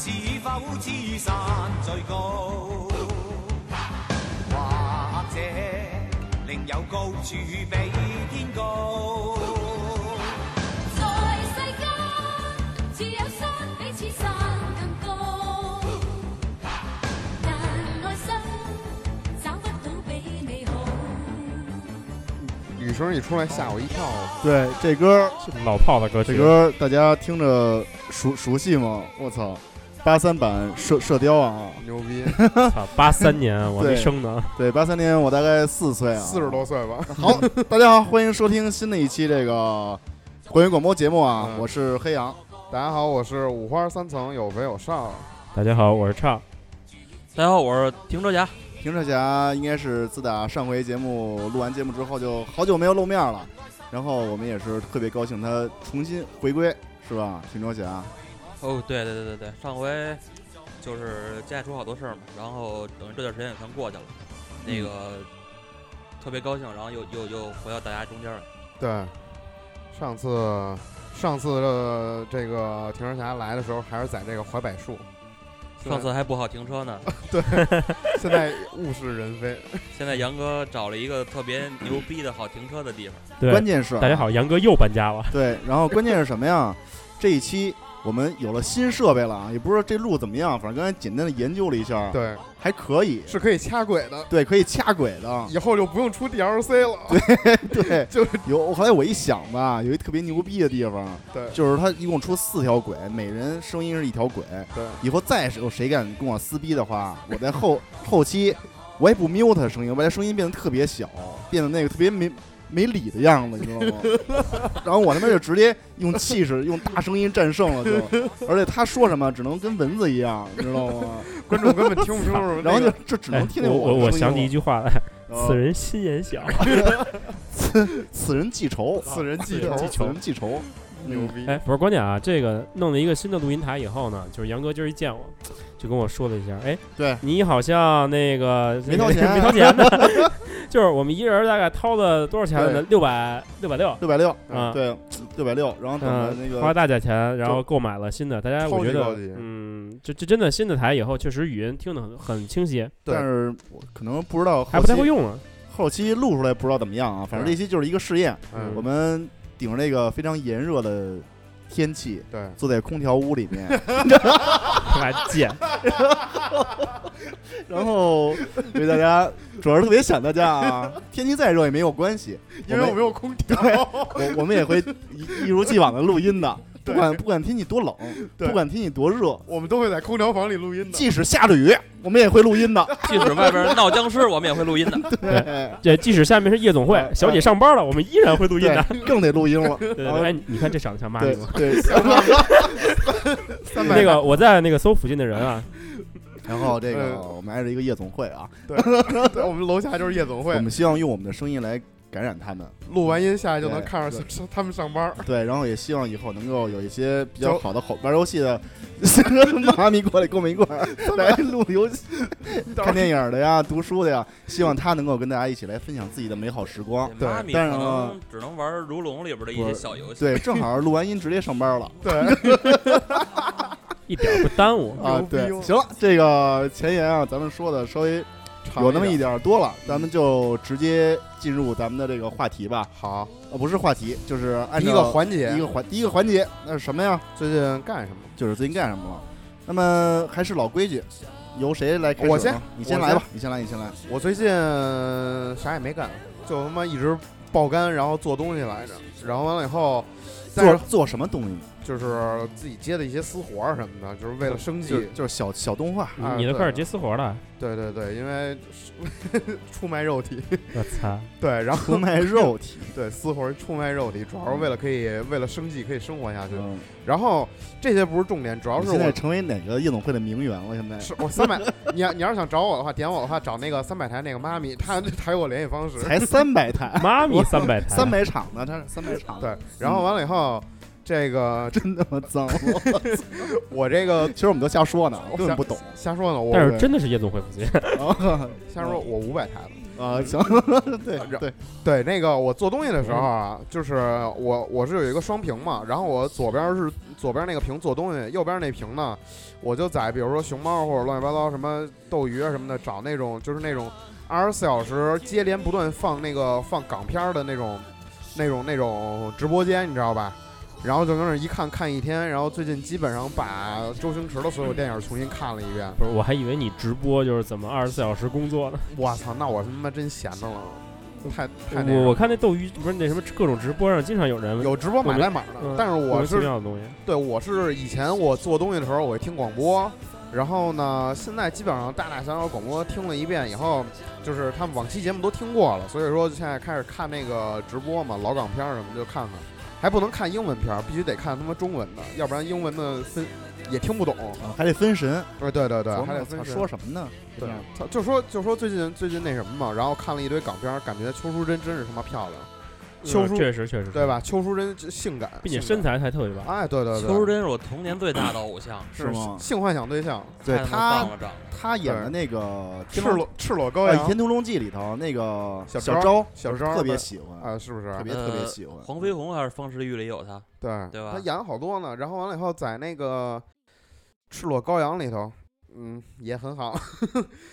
九之山最高，或者另有高處比天高。在世間，自有山比此山更高，但愛心找不到比你好。女生一出来吓我一跳，对这歌，老炮的歌曲，这歌大家听着熟熟悉吗？我操，八三版射射雕啊！牛 逼，操，八三年我对没生呢，对，八三年我大概四岁啊，四十多岁吧， 好，大家好，欢迎收听新的一期这个关于广播节目啊，嗯我是黑羊。大家好，我是五花三层，有肥有瘦。大家好，我是畅，大家好，我是停车侠。停车侠啊应该是自打上回节目录完节目之后，就好久没有露面了。然后我们也是特别高兴他重新回归，是吧？停车侠，哦，对对对对对，上回就是家里出好多事儿嘛，然后等于这段时间也算过去了，那个、特别高兴，然后又又又回到大家中间了。对，上次上次呃这个停车侠来的时候，还是在这个槐柏树，上次还不好停车呢，现在物是人 非，现在杨哥找了一个特别牛逼的好停车的地方。对关键是啊大家好，杨哥又搬家了，对，然后关键是什么呀？这一期我们有了新设备了啊，也不知道这路怎么样，反正刚才简单的研究了一下，对，还可以，是可以掐轨的，对，可以掐轨 的，以后就不用出 DLC 了。对， 对，就是有。后来我一想吧，有一特别牛逼的地方，对就是它一共出四条轨，每人声音是一条轨。对，以后再有谁敢跟我撕逼的话，我在后后期我也不 mute 他的声音，我把他声音变得特别小，变得那个特别没没理的样子，你知道吗？ 然后我他妈就直接用气势、用大声音战胜了就，而且他说什么只能跟蚊子一样，你知道吗？。观众根本听不清楚 然后就那个就只哎能听我见我我我的声想音起一句话来，了 此人心眼小，哎此此人记仇， 此人记仇，记此人记仇，嗯牛逼。哎，不是关键啊，这个弄了一个新的录音台以后呢，就是杨哥今儿一见我，就跟我说了一下，哎，对你好像那个没掏钱 没掏钱的，就是我们一人大概掏了多少钱呢？六百六百六。六百六，啊对，六百六，然后等着那嗯，个花大价钱，然后购买了新的，大家超我级觉高得级，嗯，这这真的新的台以后，确实语音听得很很清晰，对但是我可能不知道还后不太期会用呢。后期录出来不知道怎么样啊，反正这期就是一个试验。嗯，我们顶着那个非常炎热的天气，对，坐在空调屋里面，还贱，然后为大家主要是特别想大家啊，天气再热也没有关系，因为我我没们有空调。我我们也会一一如既往的录音的，不对管不管天气多冷，对不管天气多热，我们都会在空调房里录 音的。即使下着雨，我们也会录音的。 即使外边闹僵尸，我们也会录音的。对，这即使下面是夜总会哎，小姐上班了，我们依然会录音的。对，更得录音了。对对对，哎，你你看这长得像妈咪对吗？对，三百 那个我在那个搜附近的人啊，然后这个嗯我们挨着一个夜总会啊，对，我们楼下就是夜总我会，们希望用我们的声音来感染 他们。录完音下来就能对看着他们上班。对，然后也希望以后能够有一些比就较好的好玩游戏的 妈咪过来跟我们一块 儿来录游戏、看电影的呀、读书的呀，希望他能够跟大家一起来分享自己的美好 时光。对妈咪可但是呢能只能玩如龙里边的一些小游戏。对，正好录完音直接上班了 对，一点儿不耽误。啊牛！逼对，哦行了，这个前言啊，咱们说的稍微有那么一点儿多了，嗯咱们就直接进入咱们的这个话题吧。好，呃，不是话题，就是按照第一个环第节一，个环第一个环节，那是什么呀？最近干什么？就是最近干什么了。那么还是老规矩，由谁来开始呢？我先你先来吧，你先来，你先来。我最近啥也没干，就他妈一直爆肝，然后做东西来着。然后完了以后，但做是做什么东西？就是自己接的一些私活儿什么的，就是为了生就是计。就是小小动画，你啊你都对开始接私活了，对对对，因为 出卖肉体。我操！对，然出后卖肉体。 对私活儿出卖肉体，主要是为了可以为了生计可以生活下去。嗯，然后这些不是重点，主要你是现在我成为哪个夜总会的名媛了？现在是我三百，你要你要是想找我的话，点我的话，找那个三百台那个妈咪，她她有我联系方式。才三百 台，妈咪三百台，哎三百场呢，他是三百场，，对，然后完了以后，这个真他妈 脏。我这个其实我们都瞎说呢，根本不懂。瞎说呢，我 但是真的是夜总会附近，瞎说，我五百台了。啊，行， 对然对，对，那个我做东西的时候啊，就是我我是有一个双屏嘛，然后我左边是左边那个屏做东西，右边那屏呢，我就在比如说熊猫或者乱七八糟什么斗鱼啊什么的，找那种就是那种二十四小时接连不断放那个放港片儿的那种那种那种直播间，你知道吧？然后就搁那儿一看看一天，然后最近基本上把周星驰的所有电影重新看了一遍。不是，我还以为你直播就是怎么二十四小时工作呢。我操，那我他妈真闲着了，太太那我个我看那斗鱼不是那什么各种直播上经常有人有直播买代码的嗯，但是莫我名其是妙的东西。对，我是以前我做东西的时候，我会听广播，然后呢，现在基本上大大小小广播听了一遍以后，就是他们往期节目都听过了，所以说现在开始看那个直播嘛，老港片儿什么就看看，还不能看英文片儿，必须得看他妈中文的，要不然英文的分也听不懂。啊还得分神，对对对对，琢还磨得我分操神说什么呢？啊对这样，他就说就说最近最近那什么嘛，然后看了一堆港片儿，感觉邱淑贞真是他妈漂亮，邱嗯淑、确实确实，对？吧？邱淑贞就性感，并且性身感，材还特别棒。哎，对对对，邱淑贞是我童年最大的偶像，是吗？性幻想对象。对太他妈他棒了，长得他演的那个赤天龙裸赤裸羔呃《羊，倚天屠龙记》里头那个哦小小昭昭，小我昭特别对喜欢，啊，是不是？特别呃特别喜欢。黄飞鸿还是方世玉里有他，对对吧他演好多呢。然后完了以后，在那个《赤裸羔羊》里头，嗯，也很好，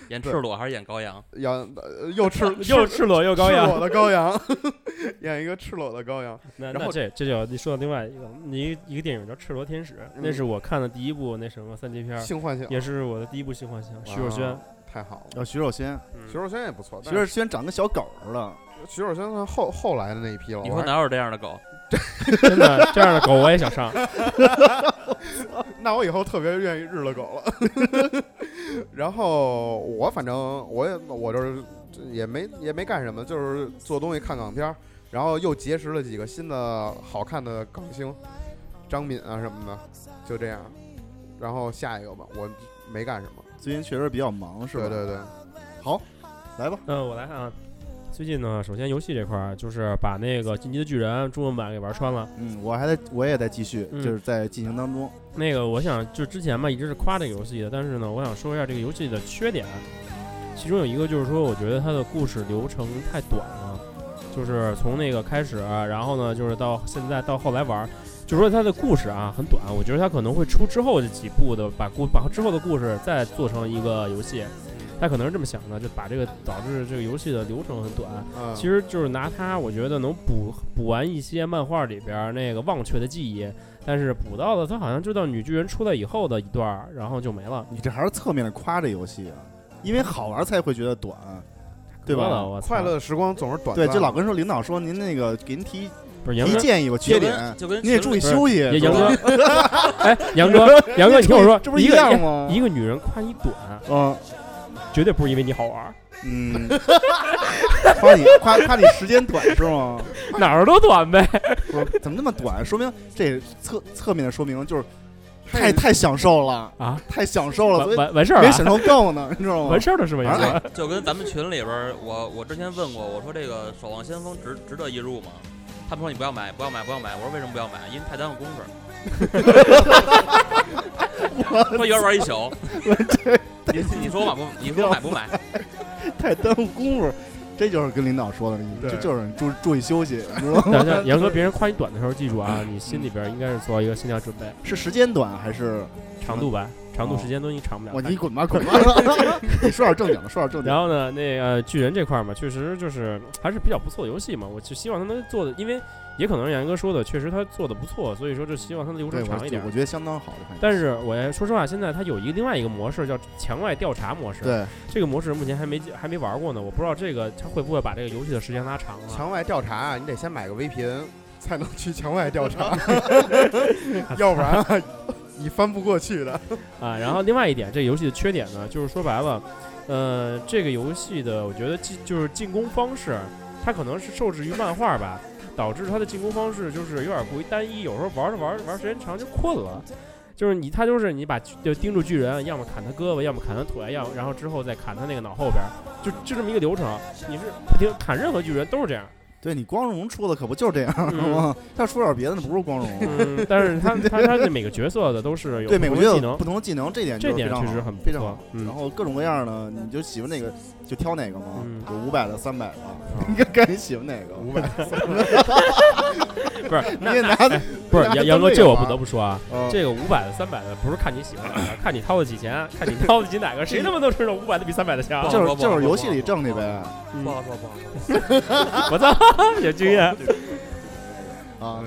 演对赤裸还是演羔羊？演呃又赤又赤裸又高赤雅，裸的羔羊， 演一个赤裸的羔羊。那然后那这这就要你说到另外一个，你一一个电影叫《赤裸天使》，那嗯是我看的第一部那什么三级片儿，性幻想也是我的第一部新幻想。徐若瑄哇，哦太好了。然后呃徐若瑄，嗯徐若瑄也不错，徐但是若瑄长得跟小狗似的，徐若瑄算后后来的那一批了。你我说还哪有这样的狗？ 真的这样的狗我也想上。那我以后特别愿意日了狗了。 然后我反正我也我就是也没也没干什么，就是做东西看港片儿，然后又结识了几个新的好看的港星，张敏啊什么的，就这样。然后下一个吧，我没干什么，最近确实比较忙，是吧？对对对，好，来吧，嗯，我来看啊。最近呢，首先游戏这块儿，就是把那个《进击的巨人》中文版给玩穿了。嗯，我还在，我也在继续，嗯就是在进行当中。那个，我想就之前吧，一直是夸这个游戏的，但是呢，我想说一下这个游戏的缺点。啊其中有一个就是说，我觉得它的故事流程太短了，就是从那个开始，啊然后呢，就是到现在到后来玩儿，就是说它的故事啊很短。我觉得它可能会出之后的几部的，把故把之后的故事再做成一个游戏，他可能是这么想的，就把这个导致这个游戏的流程很短。嗯，其实就是拿它，我觉得能补补完一些漫画里边儿那个忘却的记忆，但是补到了它好像就到女巨人出来以后的一段儿，然后就没了，你这还是侧面的夸这游戏啊，因为好玩才会觉得短，对得了吧？我操快乐的时光总是短暂对，的。就老跟说领导说您那个给您提不哎是杨提哥，建议吧，缺就跟点，就跟你也情注意不是休息。也是杨吧哥，哎，杨哥，杨哥，你听我 说，这不是一一个样吗？一个女人夸你短，嗯绝对不是因为你好玩儿，嗯，夸你夸夸你时间短是吗？ 哪儿都 短呗。不是，怎么那么短？说明这侧侧面的说明就是太太太享受了啊，太享受了，完所以完完事儿没啊了，享受够呢， 你知道吗完？事儿了是吧？杨哥，哎就跟咱们群里边儿，我我之前问过，我说这个《守望先锋值》值得一入吗？他们说你不要买，不要买，不要买。我说为什么不要买？因为太耽误工事儿。 说一玩玩一 宿，你你说我买不？你说我买不买？哎太耽误功夫，这就是跟领导说的，你对这就是你注注意休 息，你知道吗？等等，杨哥，别人夸你短的时候，记住啊，你心里边应该是做一个心理准备，是时间短还是长度吧，长度时间都已经长不了。哦我太你滚吧滚吧！ 你说点正经的，说点正经然的。后呢，那个巨人这块儿嘛，确实就是还是比较不错的游戏嘛，我就希望他能做的，因为也可能是杨哥说的，确实他做的不错，所以说就希望他的流对，程我长一点我。觉得相当好的反正，但是我也说实话，现在它有一个另外一个模式叫墙外调查模式，对，这个模式目前还没还没玩过呢，我不知道这个它会不会把这个游戏的时间拉长啊了。墙外调查，你得先买个 VPN 才能去墙外调查，要不然 你翻不过去的。啊，然后另外一点，这个游戏的缺点呢，就是说白了，呃，这个游戏的我觉得进就是进攻方式，它可能是受制于漫画吧，导致它的进攻方式就是有点过于单一，有时候玩着玩着玩时间长就困了。就是你，他就是你把就盯住巨人，要么砍他胳膊，要么砍他腿，要么 然后之后再砍他那个脑后边儿，就就这么一个流程。你是不停砍任何巨人都是这样，对你光荣出的可不就是这样 吗？他出点别的，那不是光荣。嗯，但是他他他的每个角色的都是有对，每不个同的角技色能不，同的技能，这点就是这非点常确实好很不非常好错。。嗯然后各种各样的，你就喜欢哪个就挑哪个嘛，嗯啊有五百的、三百的，你 看看你喜欢哪个。五百，不是哎你也拿 的不是那还杨杨哥，真这有我啊不得不说啊，嗯这个五百的、三百的不是看你喜欢哪个，看你掏得起钱，看你掏得起哪个，谁他妈都知道五百的比三百的强。就不是不就是不游不戏里挣的呗嗯不好说，不好说。我操， 有经验。啊。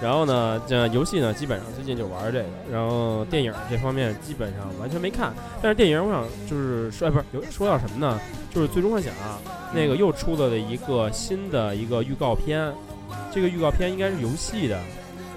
然后呢，这游戏呢，基本上最近就玩这个。然后电影这方面基本上完全没看，但是电影我想就是说，哎，不是有说到什么呢？就是《最终幻想》啊，那嗯个又出了的一个新的一个预告片，这个预告片应该是游戏的，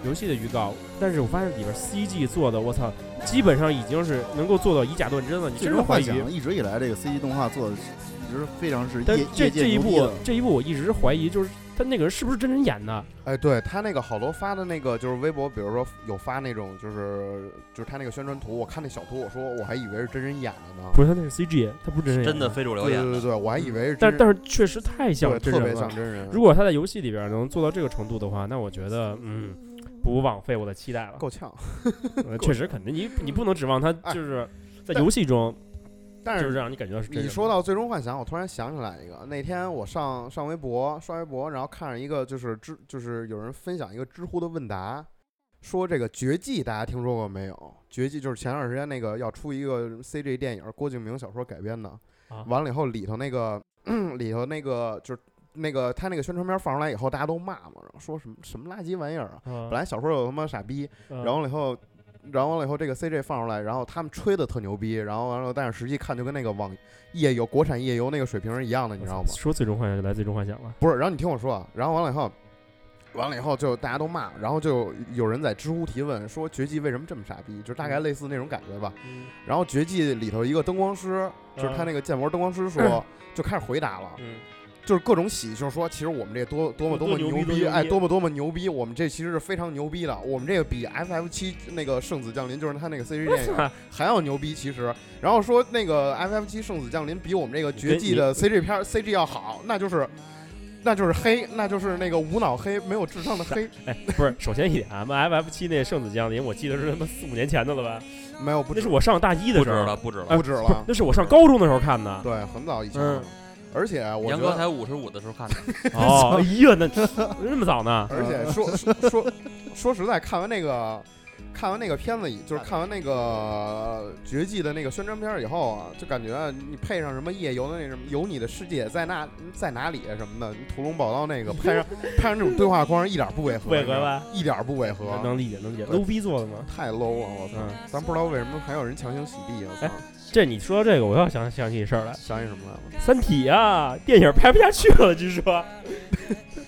游戏的预告。但是我发现里边 CG 做的，我操，基本上已经是能够做到以假乱真了。你最真是终怀幻疑？想一直以来这个 CG 动画做的是一直非常是但业这业这界一牛逼部 的。这一部我一直怀疑，就是他那个人是不是真人演的？哎，对他那个好多发的那个就是微博，比如说有发那种就是就是他那个宣传图，我看那小图，我说我还以为是真人演的呢。不是，他那是 CG，他不是真人演真的非主流对对演对的，对，我还以为是真但人，但是确实太像对真特人别了像。真人，如果他在游戏里边能做到这个程度的话，那我觉得，嗯，不枉费我的期待了。够 呛。呃确实，肯定你你不能指望他哎就是在但游戏中哎但就是是让你感觉到是真人你的。说到最终幻想，我突然想起来一个，那天我上上微博刷微博，然后看着一个就是知就是有人分享一个知乎的问答，说这个绝技大家听说过没有？绝技就是前段时间那个要出一个 CG 电影，郭敬明小说改编的，啊完了以后里头那个 里头那个就是。那个他那个宣传片放出来以后，大家都骂嘛，然后说什么什么垃圾玩意儿啊！啊，本来小说有他妈傻逼，嗯然后了以后，然后了以后这个 CJ 放出来，然后他们吹的特牛逼，然后完了，但是实际看就跟那个网页游国产页游那个水平是一样的，你知道吗？说最终幻想就来最终幻想了。不是，然后你听我说，啊，然后完了以后，完了以后就大家都骂，然后就有人在知乎提问说《绝技》为什么这么傻逼，就大嗯概类似那种感觉吧。然后《绝技》里头一个灯光师，嗯就是他那个建模灯光师说，就开始回答了，嗯，就是各种喜，就是说其实我们这多多么多么多牛逼多逼，牛哎，逼多么多么牛逼，我们这其实是非常牛逼的，我们这个比 F F 七那个《圣子降临》就是他那个 C G 电影还要牛逼，其实。然后说那个 F F 七《圣子降临》比我们这个绝技的 C G 片儿 C G 要好，那就是。那就是黑，那就是那个无脑黑，没有智商的黑，不是，首先一点啊，M F 七那圣子降临，我记得是他妈四五年前的了吧？没有不那止是我上大一的不时止候了，，不止了。哎不止不是 了，那是我上高中的时候看的。对，很早以前嗯了。而且我觉杨哥得，才五十五的时候看 的，哦，哎呀，那那么早呢？而且说说说说实在，看完那个看完那个片子以，就是看完那个呃绝技的那个宣传片儿以后啊，就感觉你配上什么夜游的那什么，有你的世界在那在哪里啊什么的，屠龙宝刀那个拍上拍上这种对话框，一点儿不违和，违和吧？一点儿不违和。能理解，能理解。对 low 逼做的吗？太 low 了，我操！嗯哎咱不知道为什么还有人强行洗地，啊我操！这你说到这个，我要想想起一事儿来，《想起什么来了？三体》啊，电影拍不下去了，据说。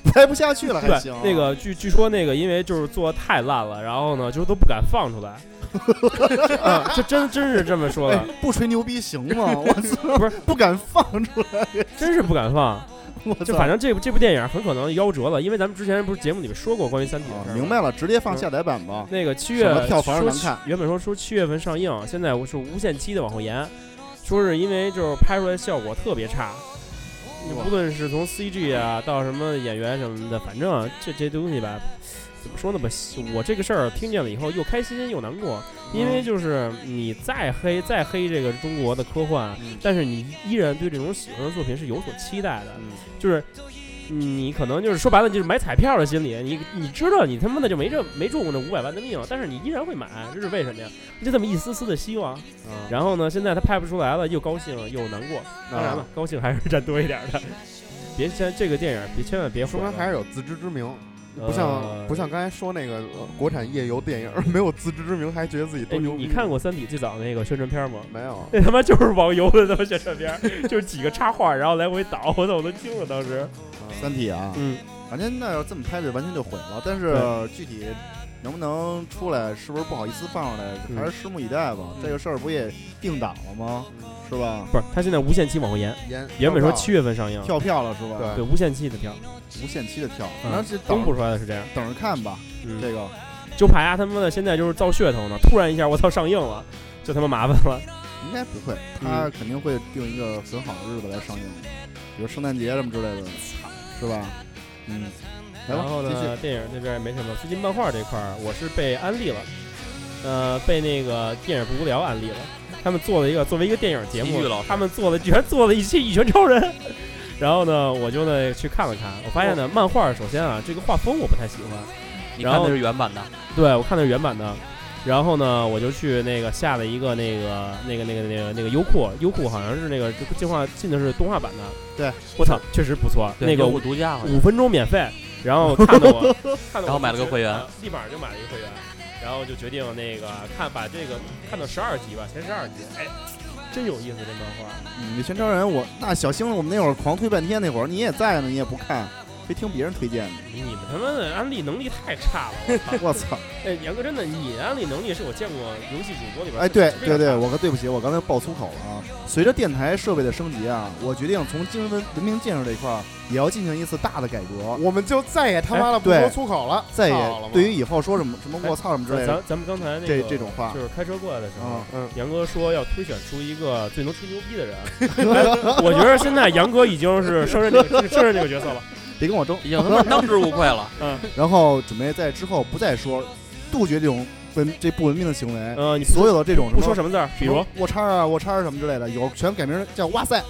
拍不下去了还对行。，啊那个据据说那个因为就是做的太烂了，然后呢，就是都不敢放 出来。嗯，这真真是这么说哎的，不吹牛逼行 吗？我操，不是不敢放出来，真是不敢放。我就操反正这部这部电影很可能夭折了，因为咱们之前不是节目里面说过关于《三体》的事啊儿吗明白了，直接放下载版吧。那个七啊什月么票房说难看七原本说说七月份上映，现在我是无限期的往后延，说是因为就是拍出来效果特别差，无论是从 CG 啊到什么演员什么的，反正啊这这东西吧，怎么说呢吧，我这个事儿听见了以后又开心又难过，嗯因为就是你再黑再黑这个中国的科幻，嗯但是你依然对这种喜欢的作品是有所期待的，嗯就是你可能就是说白了就是买彩票的心理，你你知道你他妈的就没这没中过那五百万的命，但是你依然会买，这是为什么呀？你就这么一丝丝的希望。嗯然后呢，现在他拍不出来了，又高兴又难过。当然啊了，高兴还是占多一点的。别像这个电影，别千万别说说明还是有自知之明，不呃像不像刚才说那个呃国产夜游电影，没有自知之明还觉得自己哎，多你牛逼。你看过《三体》最早那个宣传片吗？ 没有？那他妈就是网游的他妈宣传片，就是几个插画，然后来回倒，我操，我都惊了当时。三体啊，嗯，反正那要这么拍这完全就毁了。但是具体能不能出来，是不是不好意思放出来，嗯嗯还是拭目以待吧。这个事儿不也定档了吗？是吧？不是，他现在无限期往后延，原原本说七月份上映，跳票了是吧？对对，无限期的跳，无限期的跳，嗯反正是公等布出来的是这样。等着看吧。嗯这个就排啊，他妈的现在就是造噱头呢，突然一下我操上映了， 就他妈麻烦了。应该不会，嗯他肯定会定一个很好的日子来上映，比如圣诞节什么之类的，是是吧？嗯，来然吧后，继续呢，电影这边也没什么。最近漫画这块儿，我是被安利了，呃，被那个电影不无聊安利了。他们做了一个作为一个电影节目体育老，师他们做的居然做了一期《一拳超人》，然后呢，我就呢去看了看，我发哦现呢，漫画首先啊，这个画风我不太喜欢，你然看后的是原版的，对我看的是原版的。然后呢，我就去那个下了一个那个那个那个那个那个优酷，优酷好像是那个进化进的是动画版的。对，我操，确实不错。对那个优酷独家好嗯像五分钟免费，然后看得 我，看得我然后买了个会员啊立马就买了一个会员，然后就决定那个看把这个看到十二集吧，前十二集，哎，真有意思这漫画，嗯，那全超人我那小星，我们那会儿狂推半天，那会儿你也在呢，你也不看，非听别人推荐的。你们他妈的安利能力太差了，我操！我操！哎，杨哥真的，你的安利能力是我见过游戏主播里边，哎，对非对常对，差我可对不起，我刚才爆粗口了啊！随着电台设备的升级啊，我决定从精神文文明建设这一块儿也要进行一次大的改革，我们就再也他妈的不哎说对粗口了，再操了也吗对于以后说什么什么哎我操什么之类咱的，咱们刚才那这个这种话就是开车过来的时候。啊，嗯，杨哥说要推选出一个最能吹牛逼的人， 哎我觉得现在杨哥已经是胜任这个胜任这个角色了。别跟我争。已经他妈当之无愧了。然后准备在之后不再说，杜绝这种文这不文明的行为，嗯，你所有的这种不说么什么字儿，比如卧叉啊、卧叉什么之类的，有全改名叫哇塞。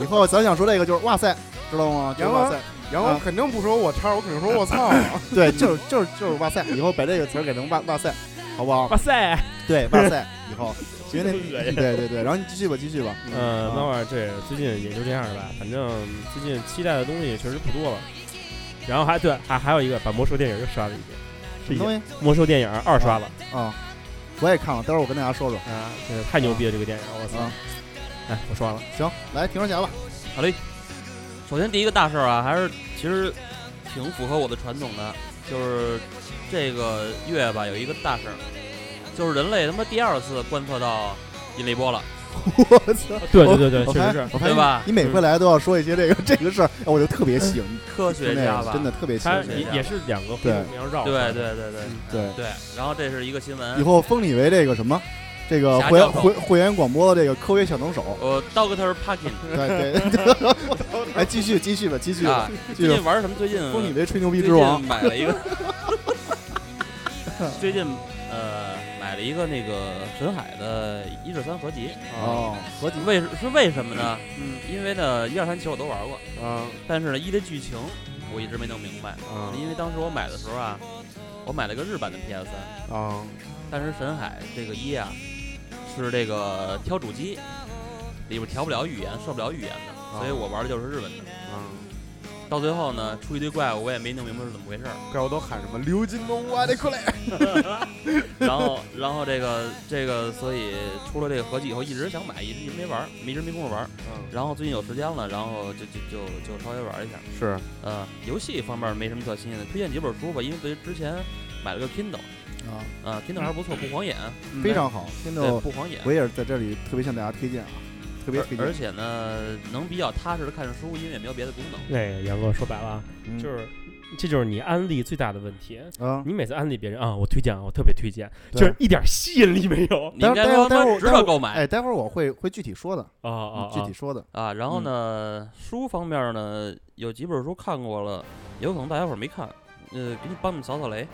以后咱想说这个就是哇塞，知道吗？就是哇塞。然后啊肯定不说我叉，我肯定说我 操啊， 对，就是就是就是哇塞，以后把这个词儿改成哇哇塞，好不好哇？塞， 对，哇塞，以后行， 那恶心对对对，然后你继续吧，继续吧。呃，漫啊画这最近也就这样吧，反正最近期待的东西确实不多了。然后还对，还还有一个把魔兽电影又刷了一遍，什么东是西一魔兽电影二刷了啊？我也看了，待会儿我跟大家说说。啊，真是太牛逼了这个电影，我操啊！哎，我刷了，行，来评论侠吧。 好嘞，首先第一个大事儿啊，还是其实挺符合我的传统的，就是这个月吧有一个大事儿，就是人类他妈第二次观测到引力波了，我操！对对对我嗯对，确发实现是，我发对吧嗯现你每回来都要说一些这个这个事儿，哎我就特别喜欢科学听这家个，吧，真的特别喜它欢是。也这样也是两个对回目要绕，对，对对对对，对。然后这是一个新以闻，后封你为这个什么，这个侠会教授会会员广播的这个科学小能手。呃，Doctor Parkin 对对， 来继续继续吧，继续吧啊，继最续吧近。玩什么？最 近封你为吹牛逼最之王近。买了一个， 最近呃买了一个那个神海的一至三合集啊。哦，合集为是为什么呢？嗯因为呢，一二三其实我都玩过，啊但是呢，一的剧情我一直没弄明白。啊因为当时我买的时候啊，我买了个日版的 PS 三，啊，但是神海这个一啊，是这个挑主机，里边调不了语言，受不了语言哦的，所以我玩的就是日文的。嗯到最后呢，出一堆怪物，我也没弄明白是怎么回事儿。怪我都喊什么刘金东哇的克雷，然后，然后这个这个，所以出了这个合集以后，一直想买，一直一直没玩儿，一直没工夫玩儿。嗯然后最近有时间了，然后就就就就稍微玩一下。是呃，游戏方面没什么可新鲜的，推荐几本书吧，因为对之前买了个 Kindle，啊，啊、k i n d l e 还不错，不晃眼，非常好。听嗯对，着，不晃眼，我也是在这里特别向大家推荐啊，特别推而而荐。且呢，能比较踏实的看着书，因为也没有别的功能。那个杨哥说白了啊，嗯就是这就是你安利最大的问题。啊，你每次安利别人啊，我推荐啊，我特别推荐，对就是一点吸引力没有你应该说待会儿待会他儿值得购买哎，待会儿我会会具体说的，啊啊！啊具体说的。啊。然嗯后呢，书方面呢，有几本书看过了，有可能大家伙儿没看，呃，给你帮你扫扫雷。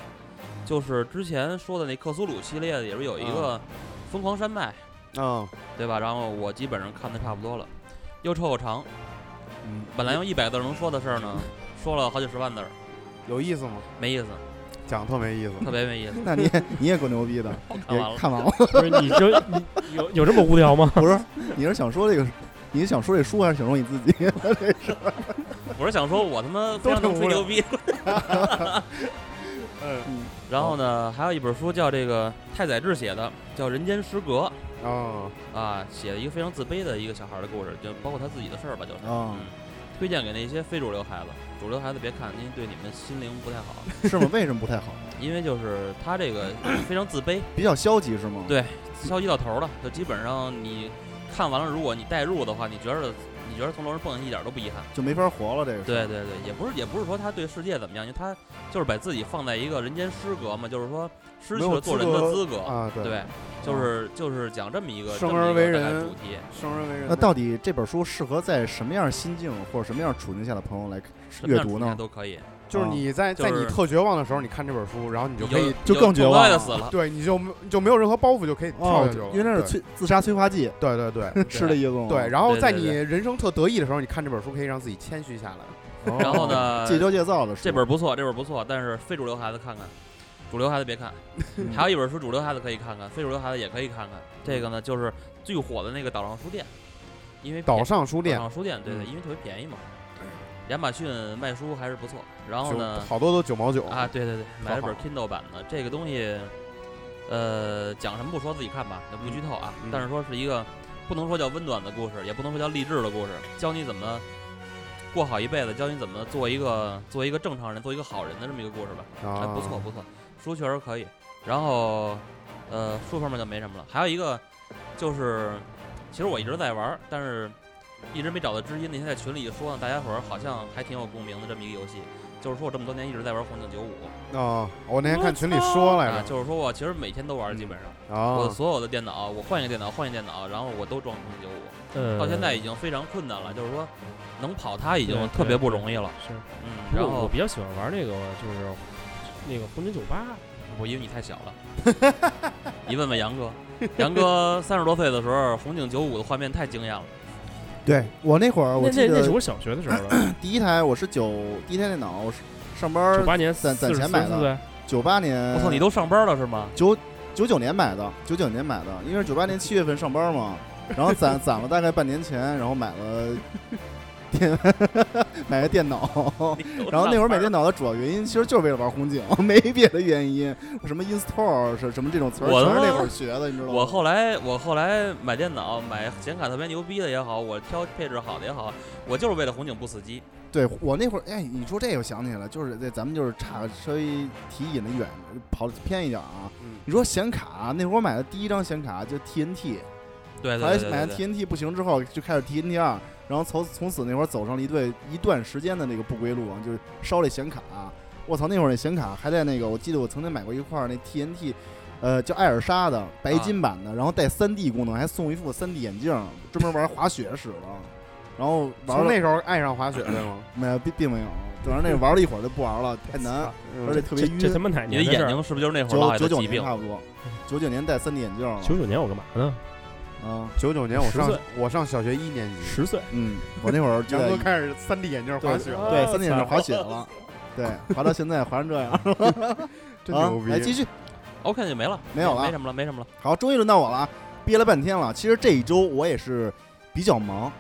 就是之前说的那克苏鲁系列里边有一啊个疯狂山脉，啊对吧？然后我基本上看的差不多了，又臭又长。嗯，本来用一百个字能说的事儿呢，说了好几十万字儿，有意思吗？没意思，讲得特没意思，特别没意思。那你 也你也够牛逼的，我看完也了，看完了。哦不是你就你有有这么无聊吗？不是，你是想说这个，你是想说这书，还是想说你自己？ 我是想说，我他妈非常能吹牛逼。 嗯然后呢，还有一本书叫这个太宰治写的，叫《人间失格啊》啊，写了一个非常自卑的一个小孩的故事，就包括他自己的事儿吧，就是。啊，推荐给那些非主流孩子，主流孩子别看，因为对你们心灵不太好。是吗？为什么不太好？因为就是他这个非常自卑，比较消极是吗？对消极到头了，就基本上你看完了，如果你代入的话，你觉得你觉得从楼上蹦下去一点都不遗憾。就没法活了。这个是对对对，也不是也不是说他对世界怎么样，因为他就是把自己放在一个人间失格嘛，就是说失去没有了做人的资资格。啊，对对，就是就是讲这么一个生这么而一个为大概人主题。生而为人，那到底这本书适合在什么样心境或者什么样处境下的朋友来什么阅样读主题呢？都可以，就是你在啊就在你是特绝望的时候，你看这本书，然后你就你可以，就更绝望的了死了。对，你就你就没有任何包袱，就可以跳下去了哦，。因为那是对催自杀催化剂，对对对 吃了一个吗对，然后对对在对你人生特得意的时候，你看这本书可以让自己谦虚下来。哦然后 呢戒骄戒躁的嗯书这本不错，这本不错，但是非主流孩子看看，主流孩子别看。嗯还有一本书主流孩子可以看看，非主流孩子也可以看看。这个呢，就是最火的那个岛上书店，因为岛便上书店岛上书店，对对，嗯因为特别便宜嘛。亚马逊卖书还是不错。然后就呢，好多都九毛九啊，，对对对，买了好本 Kindle 版的这个东西，呃，讲什么不说，自己看吧，也不剧透啊。嗯但是说是一个不能说叫温暖的故事，也不能说叫励志的故事，教你怎么过好一辈子，教你怎么做一个做一个正常人，做一个好人的这么一个故事吧。哎，哦啊，不错不错，书确实可以。然后，呃，书方面就没什么了。还有一个就是，其实我一直在玩儿，但是一直没找到知音。那天在群里一说呢，大家伙儿好像还挺有共鸣的这么一个游戏。就是说我这么多年一直在玩《红警九五啊！我那天看群里说》来啊，着就是说我其实每天都嗯玩儿，基本上、我啊，所有的电脑，我换一个电脑，换一个电脑，然后我都装《红警九五呃，》， 到现在已经非常困难了。就是说，能跑它已经对特别对不容易了。是，嗯，不然过我后比较喜欢玩那个就是那个红警酒吧，我因为你太小了， 你问问 杨哥，杨哥三十多岁的时候，红警九五的画面太惊艳了。对我那会儿那我记那那是得我小学的时候 了，第一台我是九第一台电脑，我是上班九八年四攒攒十钱四买的岁，九八年，我操，你都上班了是吗？九九九年买的，九九年买的，因为九八年七月份上班嘛，然后 攒攒了大概半年钱，然后买了电 买个电脑， 然后那会儿买电脑的主要原因其实就是为了玩红警，没别的原因，什么 install 是什么这种词儿，我他全妈是那会儿学的，你知道吗？我后来我后来买电脑买显卡特别牛逼的也好，我挑配置好的也好，我就是为了红警不死机。对我那会儿，哎，你说这个我想起来了，就是在咱们就是差稍微提引的远，跑得偏一点啊。嗯你说显卡，啊那会儿我买的第一张显卡就 TNT，对后对来对买对了对， TNT 不行之后，就开始 TNT 二，然后从从此那会儿走上了一段一段时间的那个不归路啊，就是烧这显卡、啊我操，那会儿那显卡还在那个，我记得我曾经买过一块儿那 TNT，呃，叫艾尔莎的白啊金版的，然后带 3D 功能，还送一副 3D 眼镜，专门玩滑雪使的。然后玩从了那时候爱上滑雪对吗？没有，并并没有。主要是那玩了一会儿就不玩了，太 难，而且特别这晕。这他妈哪你年的的事眼儿？睛是不是就是那会儿落九下的九九疾年病？差不多，九九年戴 3D 眼镜了。九九年我干嘛呢？嗯啊，九九年我10上岁我上小学一年级，十岁，嗯，我那会儿就杨哥在开始三 D 眼镜滑雪，对 3D 眼镜滑雪了，对，滑到现在滑成这样真啊牛！来继逼！续， OK 就没了，没有了没什么了，没什么了。好，终于轮到我了啊，憋了半天了。其实这一周我也是比较忙，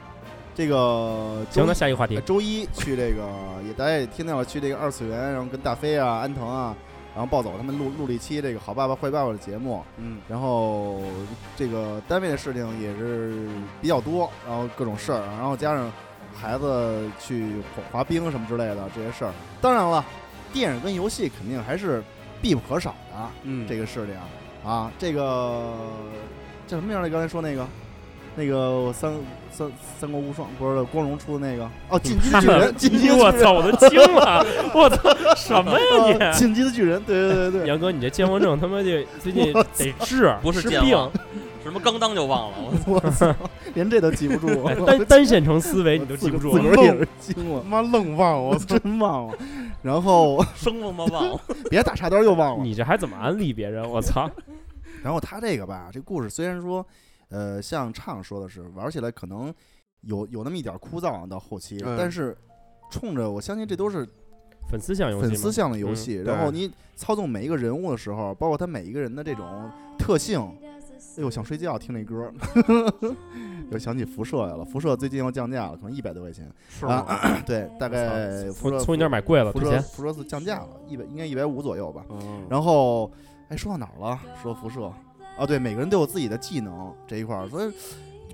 这个周行，那下一个话 题呃，周一去这个也大家也听到了，去这个二次元，然后跟大飞啊、安藤啊，然后暴走他们录录了一期这个《好爸爸坏爸爸》的节目，嗯，然后这个单位的事情也是比较多，然后各种事儿，然后加上孩子去滑滑冰什么之类的这些事儿。当然了，电影跟游戏肯定还是必不可少的、嗯这个事情啊。这个叫什么名儿来？刚才说那个。那个三三三国无双不是光荣出的那个哦，进击的巨 人，进击的巨人，我操，我都惊 了，我操，什么啊呀 进击的巨人，对对对 你？ 对，杨哥，你这健忘症他妈就最近得治，不是健病，忘什么刚当就忘了，我我操，连这都记不住，哎单单线程思维你都记不住啊自个了。儿也是惊了他。妈愣忘我我 真忘了。然后生他妈 忘了。别打岔刀又忘了。你这还怎么安利别人？我操！然后他这个吧，这故事虽然说，呃，像畅说的是玩起来可能有有那么一点枯燥啊到后期，嗯但是冲着我相信这都是粉丝向游戏吗嗯粉丝向的游戏，对然后你操纵每一个人物的时候，包括他每一个人的这种特性。哎呦，想睡觉，听那歌， 又想起辐射来了。辐射最近要降价了，可能一百多块钱。是吗？对，大概辐从射从你那儿买贵了，辐之射前辐射是降价了，一百应该一百五左右吧。嗯然后，哎，说到哪儿了？说辐射啊，对，每个人都有自己的技能这一块儿，所以。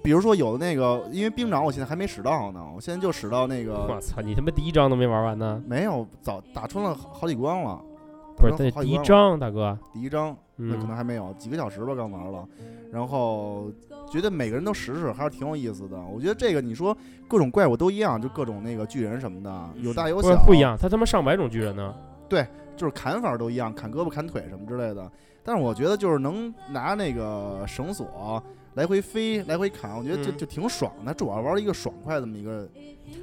比如说有的那个，因为兵长我现在还没使到呢，我现在就使到那我个操，你他妈第一章都没玩完呢！没有早打穿了好好几关了，不是好像那好第几一关了章，大哥，第一章那可能嗯，还没有，几个小时吧，刚玩了。然后觉得每个人都试试，还是挺有意思的。我觉得这个你说各种怪物都一样，就各种那个巨人什么的，有大有不是小，嗯不一，样，他他妈上百种巨人呢，就是砍法都一样，砍胳膊、砍腿什么之类的。但是我觉得就是能拿那个绳索来回飞、来回砍，我觉得就嗯就挺爽的。主要玩了一个爽快这么一个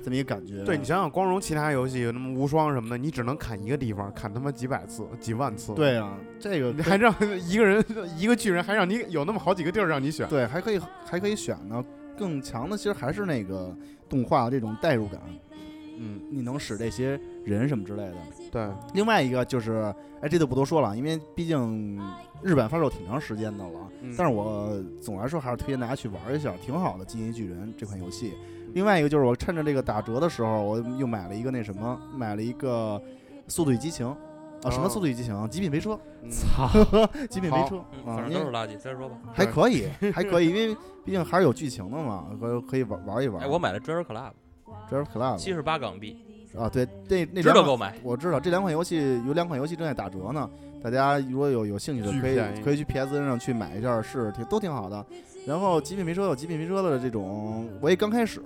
这么一个感觉。对你想想，光荣其他游戏，那么无双什么的，你只能砍一个地方，砍他妈几百次、几万次。，对啊，这个你还让 一个人一个巨人，还让你有那么好几个地儿让你选。对，还可以还可以选呢。更强的其实还是那个动画的这种代入感，嗯，你能使这些人什么之类的。对，另外一个就是，哎，这就不多说了，因为毕竟日版发售挺长时间的了。嗯但是我总来说还是推荐大家去玩一下，挺好的《进击巨人》这款游戏。嗯另外一个就是我趁着这个打折的时候，我又买了一个那什么，买了一个《速度与激情》啊，什么哦《速度与激情》？《极品飞车嗯》 极品飞车嗯，啊，反正因为都是垃圾，接着说吧。 还可以，还可以，因为毕竟还是有剧情的嘛，可可以玩玩一玩。哎，我买了 Treasure Club， Drive 七 Club 十八港币，啊，对，那那值两得款购买。我知道这两款游戏有两款游戏正在打折呢，大家如果有有兴趣的巨可以便宜可以去 PSN 上去买一下试试，挺都挺好的。然后《极品飞车》有《极品飞车》的这种，我也刚开始，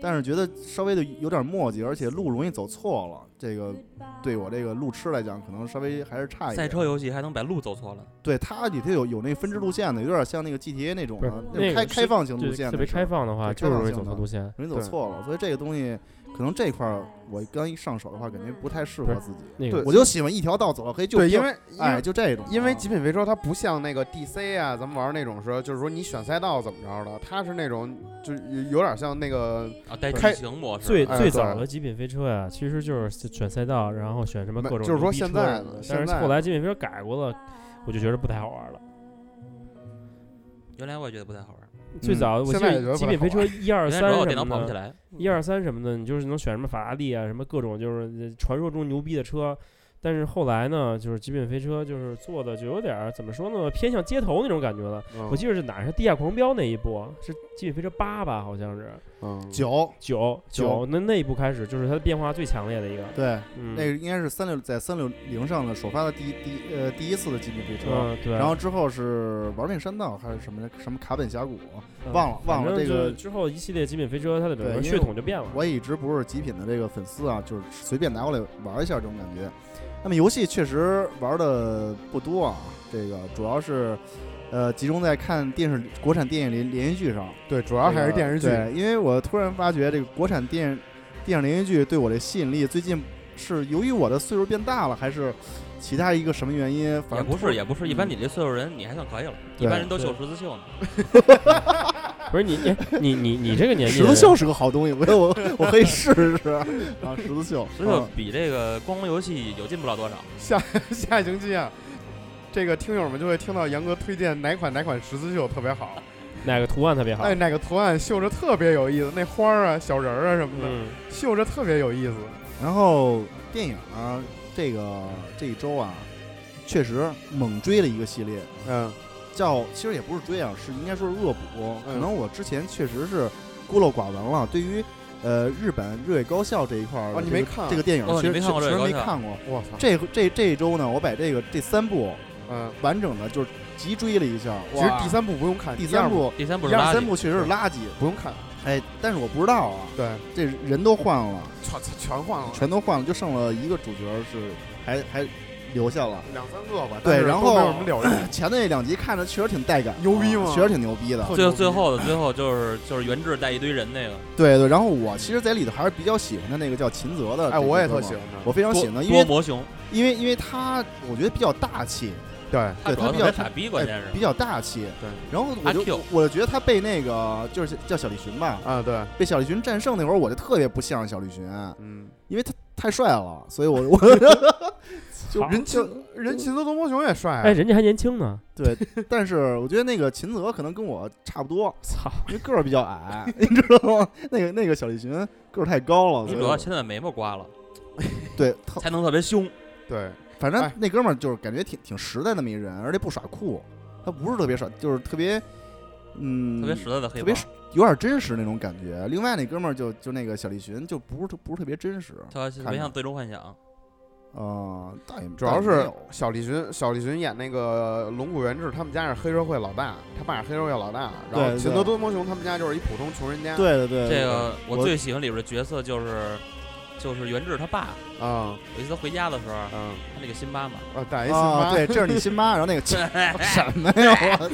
但是觉得稍微的有点墨迹，而且路容易走错了，这个对我这个路痴来讲，可能稍微还是差一赛点。车游戏还能把路走错了，对它里头有有那分支路线的，有点像那个 GTA 那种的啊不是那种那开个开放型就路线的特别是开放的话，对就开是放容易性走错的路线。容易走对错了，所以这个东西可能这块儿我刚一上手的话，感觉不太适合不是自己。那对个我就喜欢一条道走到黑，就对，因就为因为哎，就这种，因为啊极品飞车它不像那个 DC 啊，咱们玩那种说，就是说你选赛道怎么着的，它是那种就是有点像那个啊，带开剧情模式。最哎最对早的极品飞车呀，其实就是选赛道，然后选什么没各种就是说牛逼现车在什么的现但是在后来极品飞车改过了，我就觉得不太好玩了。原来我也觉得不太好玩，最嗯早我记现在也觉得得极不太品飞好啊车 一二原来三主要我什电脑跑么不起的，来。一二三什么的，你就是能选什么法拉利啊，什么各种就是传说中牛逼的车。但是后来呢，就是极品飞车就是做的就有点儿怎么说呢，偏向街头那种感觉了。嗯哦我记得是哪儿是地下狂飙那一部，是极品飞车八吧，好像是嗯九，九九九那那一部开始就是它的变化最强烈的一个。对，嗯，那个应该是三六在三六零上的首发的第一第一呃第一次的极品飞车，嗯对，然后之后是玩命山道还是什么什么卡本峡谷，嗯忘了忘了反正这个就之后一系列极品飞车它的整对个因为血统 就变了。我也一直不是极品的这个粉丝啊，就是随便拿过来玩一下这种感觉。那么游戏确实玩的不多啊，这个主要是。呃，集中在看电视国产电影连连续剧上，对，主要还是电视剧这。个对，因为我突然发觉这个国产电电影连续剧对我的吸引力，最近是由于我的岁数变大了，还是其他一个什么原因？反正也不是，也不是，一般嗯你这岁数人，你还算可以了。一对般人都对秀十字绣呢。不是你你你你你这 个年纪十字的人绣是个好东西，我我我可以试试啊，十字 绣，十字绣啊比这个光荣游戏有进不了多少。下行期啊，这个听友们就会听到杨哥推荐哪款哪款十字绣特别好，哪个图案特别好？哎，哪个图案绣着特别有意思，那花儿啊、小人儿啊什么的，嗯，绣着特别有意思。然后电影啊这个这一周啊，确实猛追了一个系列，嗯，叫其实也不是追啊，是应该说是恶补。嗯可能我之前确实是孤陋寡闻了，对于呃日本日月高校这一块儿的哦你这个没看啊这个电影，哦其实你没看过确实日月高没校看过。我操，这这这一周呢，我把这个这三部嗯，完整的就是急追了一下。其实哇第三部不用看，第一二三部，第三部一是垃二三圾，部确实是垃圾。不用看，哎，但是我不知道啊，对，这人都换了，全全全换了，全都换了，就剩了一个主角是还还留下了。两三个吧。对但是然都没后有什么了解。前那两集看着确实挺带感的，啊牛逼吗确实挺牛逼的。特最牛逼最后的最后就是就是原志带一堆人那个对对，然后我其实，在里头还是比较喜欢的那个叫秦泽的，哎，我也特喜欢，他，我非常喜多欢他，因多为魔熊，因为因为他我觉得比较大气，对，他主他要比特较别傻逼，关键哎比是较大气。对，然后我阿 Q 就我就觉得他被那个就是叫小栗旬吧，啊，对，被小栗旬战胜那会儿，我就特别不像小栗旬，嗯，因为他太帅了，所以我我 就操人秦人秦泽东坡雄也帅啊，哎，人家还年轻呢，对，但是我觉得那个秦泽可能跟我差不多，操！因为个儿比较矮， 你知道吗？那个那个小栗旬个儿太高了，你所以主要我现在眉毛刮了，对他才能特别凶。对，反正哎那哥们儿就是感觉挺挺实在那么一人，而且不耍酷，他不是特别耍，就是特别，嗯，特别实在的黑特帮别，实有点真实那种感觉。另外那哥们儿就就那个小栗旬就不是特不是特别真实，他没像最终幻想，啊，大也主要倒也没是有小栗旬，小栗旬演那个龙骨元志，他们家是黑社会老大，他爸是黑社会老大，然对后对秦德多摩雄他们家就是一普通穷人家。对的对的这个我我最喜欢里边的角色就是就是袁志他爸。啊，有一次他回家的时候，嗯，他那个辛巴嘛， 啊，打一新啊，妈，对，这是你新妈，然后那个什么呀？我操！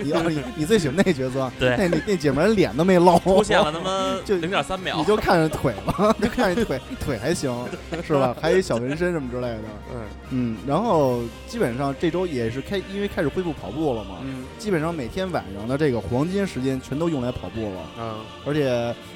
你哦要你你最喜欢那角色？对那那那姐们儿脸都没露， 出现了他妈就零点三秒你，就看着腿吧，就看着腿，腿还行，是吧？还有一小纹身什么之类的。嗯嗯，然后基本上这周也是开，因为开始恢复跑步了嘛，嗯基本上每天晚上的这个黄金时间全都用来跑步了。嗯而且，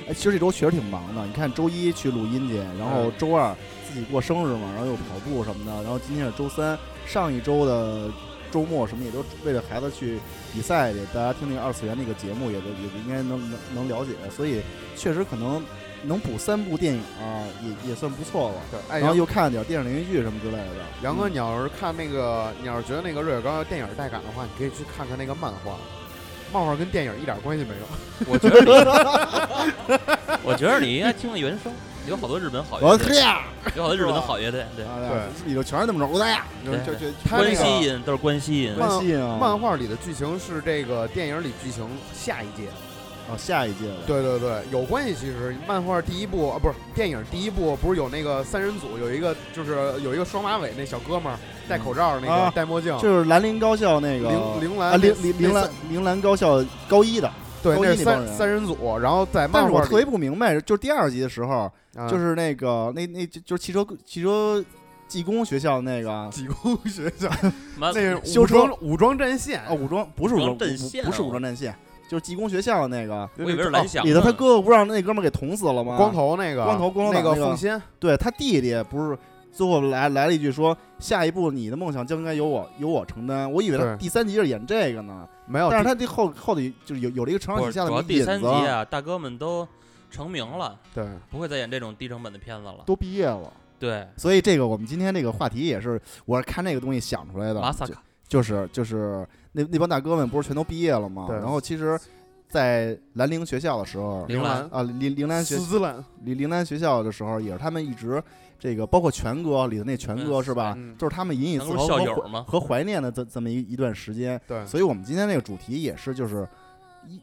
哎，其实这周确实挺忙的。你看，周一去录音去，然后嗯周二自己过生日嘛，然后又跑步什么的，然后今天是周三，上一周的周末什么也都为了孩子去比赛去。大家听那个二次元那个节目也都也应该能能能了解，所以确实可能能补三部电影、啊，也也算不错了。对，哎，然后杨又看了点电视连续剧什么之类的。杨哥，嗯你要是看那个，你要是觉得那个瑞雪高电影带感的话，你可以去看看那个漫画，漫画跟电影一点关系没有。哦我觉得你，我觉得你应该听听原声，有好多日本好乐我队，呀，有好多日本的好乐队，对，啊对，里头全是那么着，我呀，就对就就他关那西个音都是关西音，漫关系啊，漫画里的剧情是这个电影里剧情下一届。哦，下一届了。对对对，有关系。其实漫画第一部啊，不是电影第一部，不是有那个三人组，有一个就是有一个双马尾那小哥们儿，戴口罩那个，啊戴墨镜，就是兰陵高校那个铃铃啊，兰铃那铃铃兰那铃兰高校高一的，对，高一那那是帮三人三人组。然后在但漫是我画特别里，不明白，就是第二集的时候，啊就是那个那那就就是汽车汽车技工学校那个啊，几工学校，妈那是修武车装武装战线啊武装不是武武装装战不线不是啊武装战线，就是技工学校那个我以为是啊蓝翔呢里头，他哥哥不让那哥们儿给捅死了吗？光头那个光头光头那那个个凤仙，对他弟弟不是最后来来了一句说，下一步你的梦想将该由我由我承担。我以为他对第三集是演这个呢，没有，但是他这后后头就是有有了一个成长底不是下的主要引子。第三集啊，大哥们都成名了，对不会再演这种低成本的片子了。都毕业了。对，所以这个我们今天这个话题也是我是看这个东西想出来的，马萨就卡，就是就是那那帮大哥们不是全都毕业了吗？对然后其实，在兰陵学校的时候，铃 兰啊铃铃兰学斯兰铃铃兰学校的时候，也是他们一直这个包括全哥里头那全哥嗯是吧？嗯就是他们引以咱自不豪是校友和吗？和怀念的这这么一一段时间。对所以我们今天这个主题也是就是一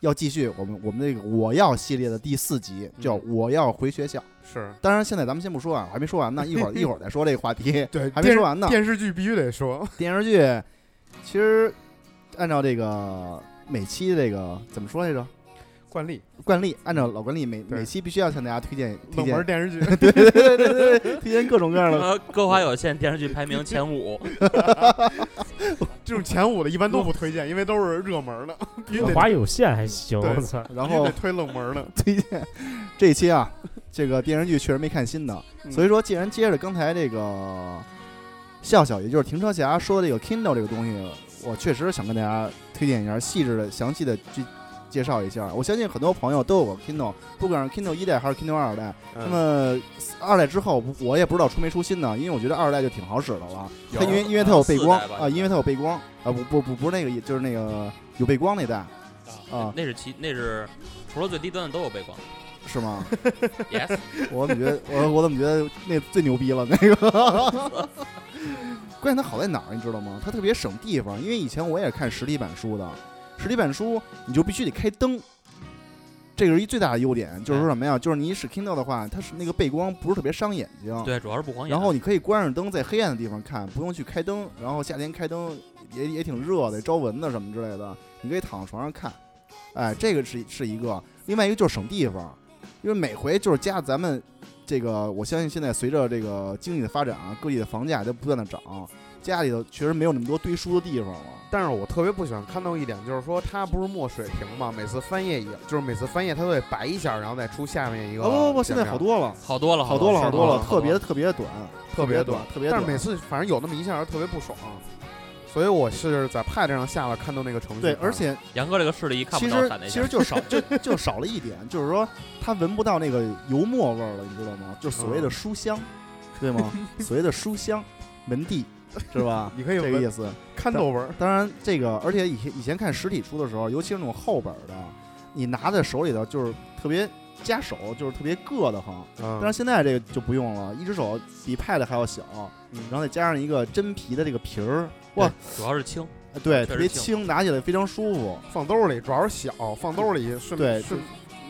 要继续我们我们这个我要系列的第四集，叫嗯我要回学校。是当然，现在咱们先不说啊，我还没说完 呢，一会儿一会儿再说这个话题。对，还没电说完呢电视剧必须得 说， 电视剧其实按照这个每期这个怎么说来着？惯例惯例，按照老惯例，每对每期必须要向大家推荐推冷门荐，电视剧，对对对对对，推荐各种各样什的。么歌华有线电视剧排名前五， 这种前五的一般都不推荐，因为都是热门的， 必须我得华有线还行，对我操，然必须后得推冷门 的。推荐这一期啊，这个电视剧确实没看新的，嗯所以说既然接着刚才这个笑笑，也就是停车侠说的这个 Kindle 这个东西，我确实想跟大家推荐一下，细致的、详细的去介绍一下。我相信很多朋友都有过 Kindle，不管是 Kindle 一代还是 Kindle 二代，嗯那么二代之后，我也不知道出没出新呢，因为我觉得二代就挺好使的了。它因为因为它有背光四代吧啊，因为它有背光啊，不不不不是那个，就是那个有背光那代啊，那是其那是除了最低端的都有背 光。是吗？ Yes，我怎么觉得我我怎么觉得那最牛逼了那个？关键它好在哪儿，你知道吗？它特别省地方，因为以前我也是看实体版书的，实体版书你就必须得开灯，这个是一最大的优点，就是说什么呀？就是你使 Kindle 的话，它是那个背光不是特别伤眼睛，对，主要是不晃眼。啊然后你可以关上灯，在黑暗的地方看，不用去开灯。然后夏天开灯也也挺热的，招蚊子什么之类的。你可以躺床上看，哎，这个是是一个。另外一个就是省地方，因为每回就是加咱们这个，我相信现在随着这个经济的发展啊，各地的房价也都不断的涨，家里头确实没有那么多堆书的地方了。但是我特别不喜欢看到一点，就是说它不是墨水屏嘛，每次翻页也就是每次翻页它都得白一下，然后再出下面一个页哦面。不不不，现在好多了，好多了，好多多了，好多了，是吗特别特别短，特别短，特别但短是。每次反正有那么一下特别不爽，啊所以我是在 Pad 上下了看到那个程序。啊对，而且杨哥这个视力一看其不着实喊那其下实，就少就就少了一点，就是说它闻不到那个油墨味儿了，你知道吗？就是所谓的书香，对吗？所谓的书香门第，？是吧你可以这个闻意思。看斗文儿，当然，这个而且以前以前看实体书的时候，尤其是那种厚本儿的，你拿在手里头就是特别夹手就是特别硌得慌。嗯但是现在这个就不用了，一只手比 Pad 还要小，然后再加上一个真皮的这个皮儿，哇，主要是轻，呃对，确实特别轻轻，拿起来非常舒服。放兜里，主要是小，放兜里顺对顺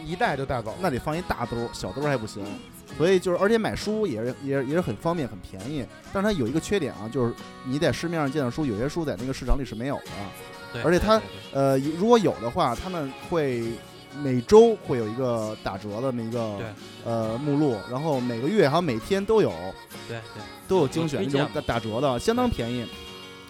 一带就带走。那得放一大兜儿，小兜儿还不行。所以就是，而且买书也是也是也是很方便很便宜，但是它有一个缺点啊，就是你在市面上见到书，有些书在那个市场里是没有的。对，而且它对对对呃，如果有的话，他们会每周会有一个打折的那么一个对呃目录，然后每个月还有每天都有对对都有精选有那推荐种打打折的，相当便宜。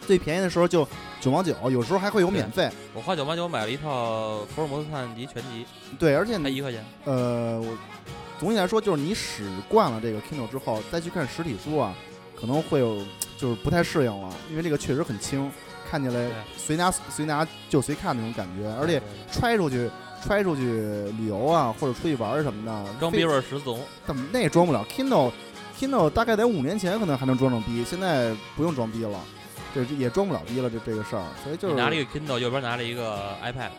最便宜的时候就九毛九，有时候还会有免费。我花九毛九买了一套福尔摩斯探案集全集，对，而且才你一块钱。呃，我总体来说就是你使惯了这个 Kindle 之后，再去看实体书啊，可能会有就是不太适应了，因为这个确实很轻，看起来对随拿随拿就随看那种感觉，而且对对揣出去揣出去旅游啊，或者出去玩儿什么的，装非逼味儿十足，怎么那也装不了 Kindle。Kindle 大概在五年前可能还能装装逼，现在不用装逼了，这也装不了逼了这这个事儿，所以就你是拿啊、了一个 Kindle，右边拿了一个 iPad，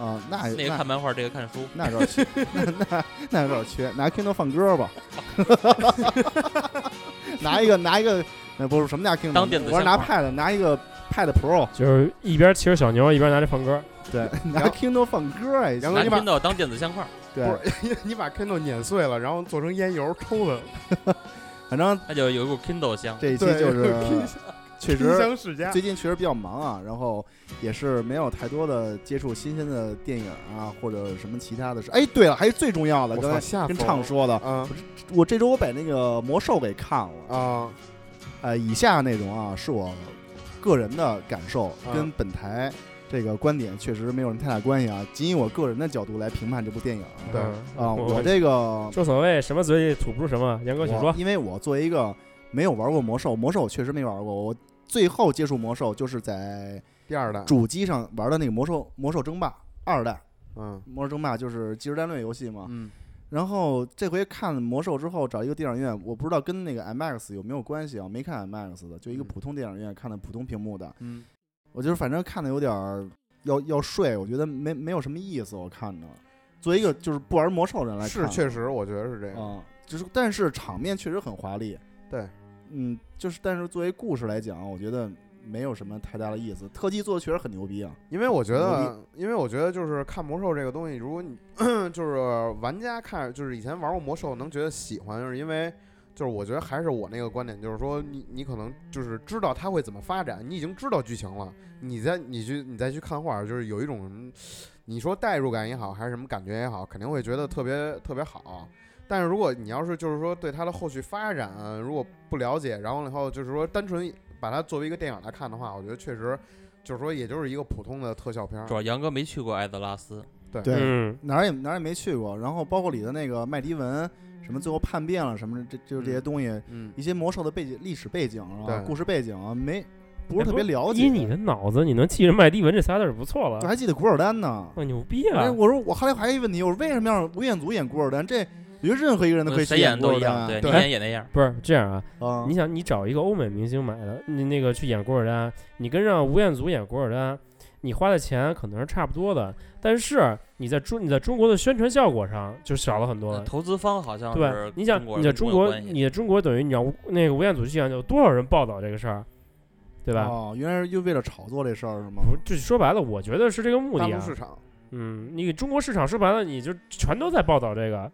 哎那那个看漫画，这个看书。那有点缺， 那那那有点缺，拿 Kindle 放歌吧， 拿一个拿一个，呃，不是什么拿 Kindle，当电子我是拿相 Pad，拿一个 Pad Pro，就是一边骑着小牛，一边拿着放歌。对，拿 Kindle 放歌哎，然后拿你把 Kindle 当电子相框，对，不是 你把 Kindle 碾碎了，然后做成烟油抽 了，反正那就有一股 Kindle 香。这一期对，就是 确冰实箱世家最。近确实比较忙啊，然后也是没有太多的接触新鲜的电影啊或者什么其他的事。哎，对了，还有最重要的，我刚操，才吓跟死我畅了说的，啊我这周我把那个魔兽给看了。啊呃，以下内容啊是我个人的感受，嗯跟本台这个观点确实没有什么太大关系啊，仅以我个人的角度来评判这部电影。对啊，我这个正嗯所谓什么嘴里吐不出什么，杨哥请我说。因为我作为一个没有玩过魔兽，魔兽我确实没玩过，我最后接触魔兽就是在第二代，主机上玩的那个魔兽魔兽争霸二代，嗯魔兽争霸就是即时战略游戏嘛。嗯然后这回看魔兽之后，找一个电影院，我不知道跟那个 IMAX 有没有关系啊？没看 IMAX 的，就一个嗯普通电影院看的普通屏幕的。嗯，我就是反正看的有点儿要要睡，我觉得没没有什么意思。我看着，作为一个就是不玩魔兽的人来看，是确实，我觉得是这啊、样。就是但是场面确实很华丽。对，嗯，就是但是作为故事来讲，我觉得没有什么太大的意思。特技做的确实很牛逼啊，因为我觉牛得，因为我觉得就是看魔兽这个东西，如果你 就是玩家看，就是以前玩过魔兽能觉得喜欢，就是因为就是我觉得还是我那个观点，就是说你你可能就是知道它会怎么发展，你已经知道剧情了，你再你去你再去看画，就是有一种你说代入感也好，还是什么感觉也好，肯定会觉得特别特别好。但是如果你要是就是说对它的后续发展如果不了解，然后以后就是说单纯把它作为一个电影来看的话，我觉得确实就是说也就是一个普通的特效片儿主。要杨哥没去过艾泽拉斯，对嗯，哪儿也哪儿也没去过。然后包括里的那个麦迪文，什么最后叛变了什么的，这就是这些东西，嗯，一些魔兽的背景、历史背景啊、对故事背景啊，没不是特别了解。以你的脑子，你能记着麦迪文这仨字儿不错我了，还记得古尔丹呢。哇，牛逼哎，啊！我说我后来还有一个问题，我说为什么要让吴彦祖演古尔丹？这我觉得任何一个人都可以去呃谁演古都尔一样，丹。对，对你演也那样。不是这样啊，啊，你想，你找一个欧美明星买的，你那个去演古尔丹，你跟让吴彦祖演古尔丹，你花的钱可能是差不多的，但是你在中你在中国的宣传效果上就少了很多呃了。投资方好像对吧是？你想中国你人在跟中中国有国，关系你在中国等于你让吴那个吴彦祖去演，有多少人报道这个事儿，对吧？哦，原来是又为了炒作这事儿是吗？不，就说白了，我觉得是这个目大的陆啊市。场，嗯，你给中国市场说白了，你就全都在报道这个。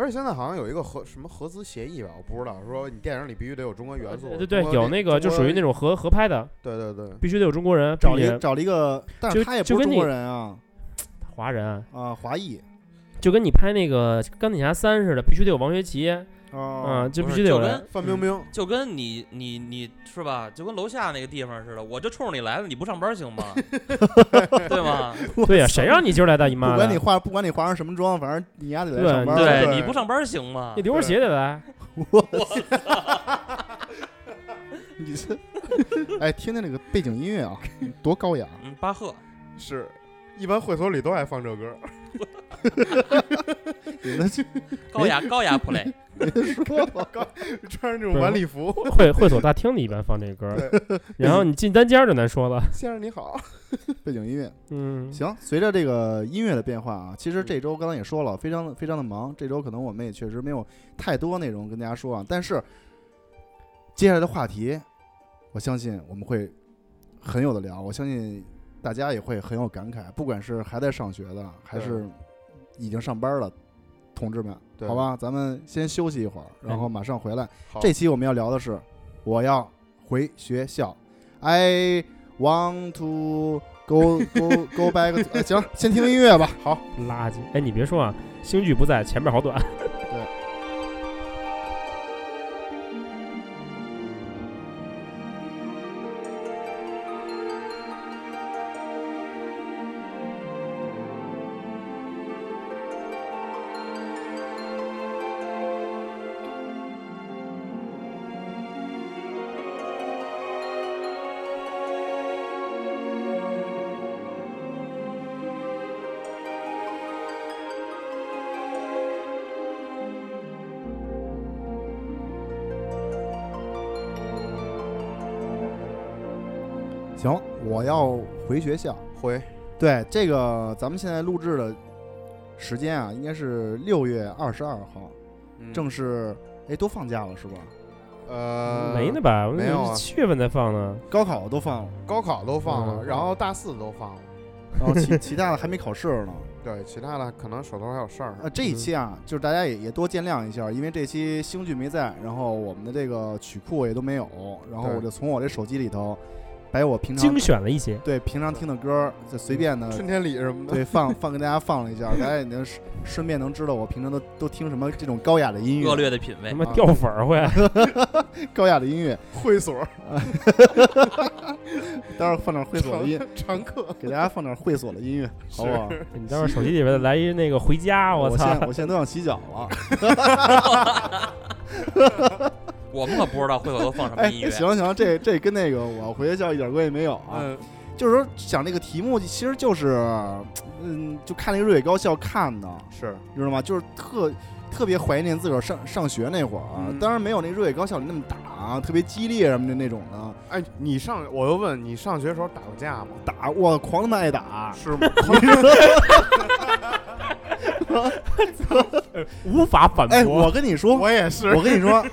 而且现在好像有一个合什么合资协议吧，我不知道，说你电影里必须得有中国元素。呃对对，中国有那个就属于那。中种合合拍的，国对对对，必须得有中国人，找并了一且个找了一个，但是就他也不就是跟中国你人啊华人啊，啊，华裔就跟你拍那个钢铁侠三似的，必须得有王学圻，哦啊，啊，就不必是须得就有跟人。范冰冰，就跟你你你是啊吧？就跟楼下那个地方似的，我就冲着你来的，你不上班行 吗？对吗？对呀，谁让你今儿来大姨不妈管你的？化不管你化成什么妆，反正你丫得来上班。对对，你不上班行吗你？刘啊文鞋得来，你这，哎，听听这个背景音乐啊， 多高雅！嗯，巴赫，是一般会所里都爱放这歌。你那高雅高雅 play，没说吧？穿着这种晚礼服，会会所大厅里一般放这歌儿，然后你进单间儿就难说 了。先生你好，背景音乐。嗯，行，随着这个音乐的变化啊，其实这周刚才也说了，非常的非常的忙，这周可能我们也确实没有太多内容跟大家说啊，但是接下来的话题，我相信我们会很有的聊，我相信大家也会很有感慨，不管是还在上学的，还是已经上班了，同志们，对好吧，咱们先休息一会儿，然后马上回来。好这期我们要聊的是我要回学校，I want to go go go back to- 呃。行，先听音乐吧。好，垃圾。哎，你别说啊，星剧不在，前面好短。行，我要回学校。回对，这个咱们现在录制的时间啊，应该是六月二十二号，嗯正是哎都放假了是吧？呃没呢吧？我没有啊七月份才放呢。高考都放了，高考都放了，嗯然后大四都放了，然后其 其他的还没考试呢。对，其他的可能手头还有事儿。呃，这一期啊，就是大家也也多见谅一下，因为这期星剧没在，然后我们的这个曲库也都没有，然后对我就从我这手机里头，把我平常精选了一些，对平常听的歌儿，就随便的春天里什么的，对放放给大家放了一下，大家也能顺顺便能知道我平常都都听什么这种高雅的音恶乐，劣的品味什。么啊掉粉 儿会，高雅的音乐，会所待会儿放点会所的音，常客，给大家放点会所的音乐，好不 好？你待会儿手机里边来一那个回家，我现操！在我现在都想洗脚了，我们可不知道会所都放什么哎，音乐。行行，这这跟那个我要回学校一点关系没有啊。嗯，就是说想这个题目，其实就是，嗯，就看那个《热血高校》看的，是你知道吗？就是特特别怀念自个儿上上学那会儿啊，嗯当然没有那《热血高校》里那么打啊，特别激烈什么的那种的，哎，你上我又问你上学时候打过架吗？打我狂他妈爱打，是 吗？无法反哎，驳。我跟你说，我也是，我跟你说，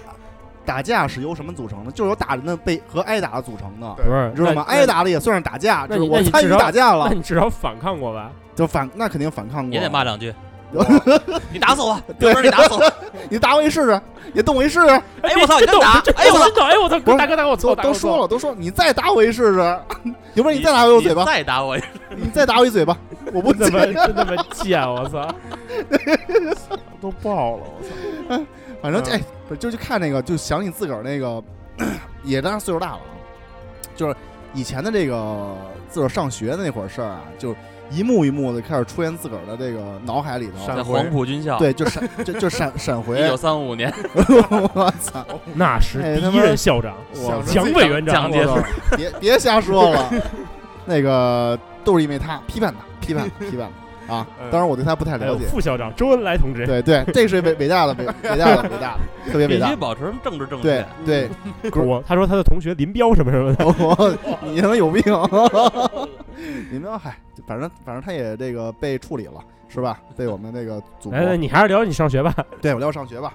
打架是由什么组成的？就是由打人的被和挨打组成的，对不是，你知道吗？那挨。打了也算是打架，就那是你我那你参与至少打架那了，你至少反抗过吧？就反那肯定反抗过，也得骂两句，我，你打死 我，有本事你打死我！ 你打我一试试，你动我一试试。哎我操，你真敢懂打真！哎我操，真懂！哎我操！不是大哥大哥，我都错都说了。了，都说你再打我一试试， 有本事你再打我一嘴你巴，再打我一次！ 你再打我一嘴巴，我不真怎他么 妈真他妈贱！我操！都爆了，我操！反正哎，不是就去看那个，就想起自个儿那个，也当然岁数大了啊，就是以前的这个自个儿上学的那会儿事儿啊，就一幕一幕的开始出现自个儿的这个脑海里头闪，在回黄埔军校，对，就闪就就 闪闪一回，九三五年，我操！那是哎第他一妈任校长我蒋委员长蒋，介石我操别别瞎说了， 那个都是因为他批判他，批判他批判他啊！嗯当然我对他不太还了有解，副校长周恩来同志。对对，这是伟伟大的伟伟大的伟大的，特别伟必须大。保持政治正对确。对，不是我他说他的同学林彪什么什么的，我你他妈有病！ 你们嗨，反正反正他也这个被处理了，是吧？被我们那个祖国哎，，那你还是聊你上学吧。对我聊上学吧，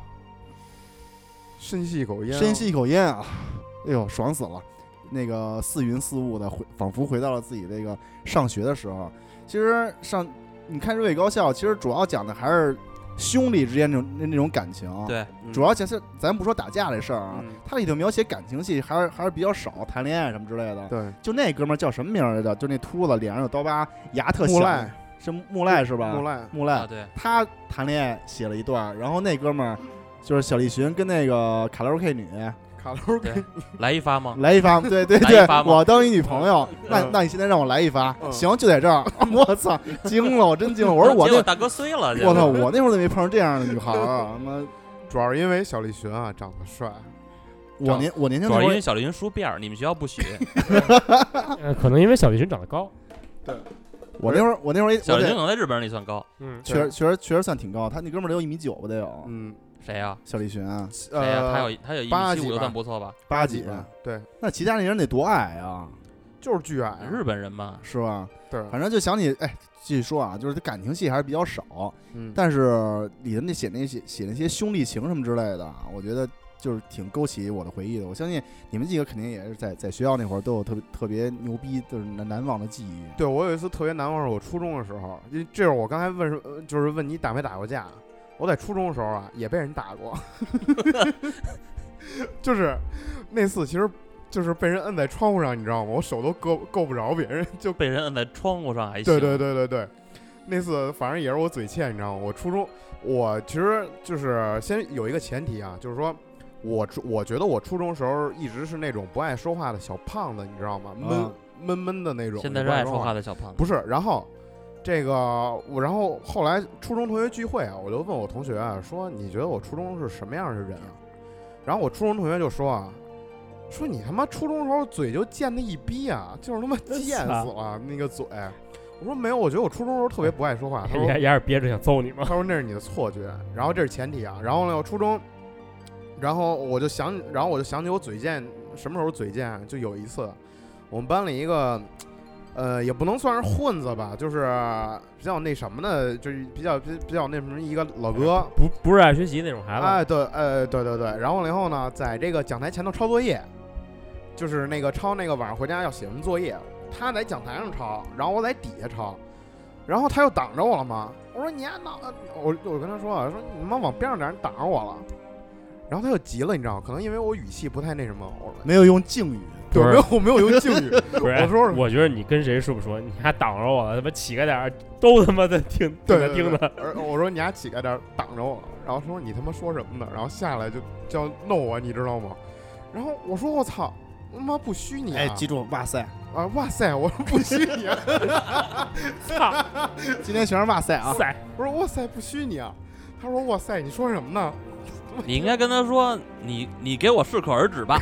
深吸一口烟，深吸一口烟啊，哎呦，爽死了！那个似云似雾的回，仿佛回到了自己这个上学的时候。其实上你看《热血高校》，其实主要讲的还是兄弟之间那种那那种感情。对，主要其实咱不说打架这事儿啊嗯，它里头描写感情戏还是还是比较少，谈恋爱什么之类的。对，就那哥们儿叫什么名儿来着？就那秃子，脸上有刀疤，牙特木小，赖是木赖是吧？木赖，木啊赖，对，他谈恋爱写了一段儿，然后那哥们儿就是小栗旬跟那个卡拉 OK 女卡拉 OK，来一发吗？来一发，对对啊来对一发，吗我当你女朋友，那嗯那你现在让我来一发，嗯行，就在 这儿，我操，惊了，我真惊了，我说我结果那。大哥碎了，结我操！果我那会儿怎么没碰上这样的女孩儿 啊？他妈，主要是因为小栗旬啊长得帅，我年我年轻主的要时因候为小 林梳辫儿，你们学校不许。呃可能因为小栗旬长得高，我那会儿我那会儿也小啊我林得警长在日本人里算高，嗯，确实确实确实算挺高，他那哥们儿得有一米九吧，得有嗯，谁呀？小李旬啊，谁哎呀？他呃，有他有一八米七几五就吧算不错吧？八几，对，那其他那人得多矮啊，就是巨矮，啊日本人嘛，是吧？对，反正就想起，哎，继续说啊，就是他感情戏还是比较少，嗯，但是里头那写那些写那些兄弟情什么之类的，我觉得就是挺勾起我的回忆的。我相信你们几个肯定也是在在学校那会儿都有特别特别牛逼，就是难难忘的记忆。对我有一次特别难忘，是我初中的时候，因为这是我刚才问是，呃就是问你打没打过架。我在初中的时候啊，也被人打过， 就是那次其实就是被人摁在窗户上，你知道吗？我手都够够不着别人，就被人摁在窗户上还行。对对对对对，那次反正也是我嘴欠，你知道吗？我初中，我其实就是先有一个前提啊，就是说我初我觉得我初中时候一直是那种不爱说话的小胖子，你知道吗？闷、啊闷闷的那种，嗯现在不是爱说话话的小胖子，不是，然后这个我，然后后来初中同学聚会啊，我就问我同学啊，说你觉得我初中是什么样的人啊？然后我初中同学就说啊，说你他妈初中时候嘴就贱的一逼啊，就是他妈贱死了那个嘴。我说没有，我觉得我初中时候特别不爱说 话。他说也也是憋着想揍你嘛。他说那是你的错觉，然后这是前提啊。然后呢，我初中，然后我就想，然后我就想起我嘴贱，什么时候嘴贱？啊就有一次，我们班里一个，呃，也不能算是混子吧，就是比较那什么的，就是比较比比较那什么一个老哥。 不不是爱学习那种孩子，哎，对，呃，对对对，然后了以后呢，在这个讲台前头抄作业，就是那个抄那个晚上回家要写什么作业，他在讲台上抄，然后我在底下抄，然后他又挡着我了嘛，我说你丫脑，我我跟他说啊，说你妈往边上点儿，你挡着我了，然后他就急了，你知道吗？可能因为我语气不太那什么，我说没有用敬语，对，不没是有我没有用敬语， 不是我说是我觉得你跟谁说不说，你还挡着我了，他妈起个点儿都他妈的挺挺对难听的。，而我说你俩乞丐点儿挡着我，然后说你他妈说什么呢？然后下来就就要弄我，你知道吗？然后我说我操，他妈不虚你啊！哎，记住，哇塞，啊，哇塞，我说不虚你啊！操！今天全是哇塞啊！ 塞，我说哇塞，不虚你啊！他说哇塞，你说什么呢？你应该跟他说，你你给我适可而止吧。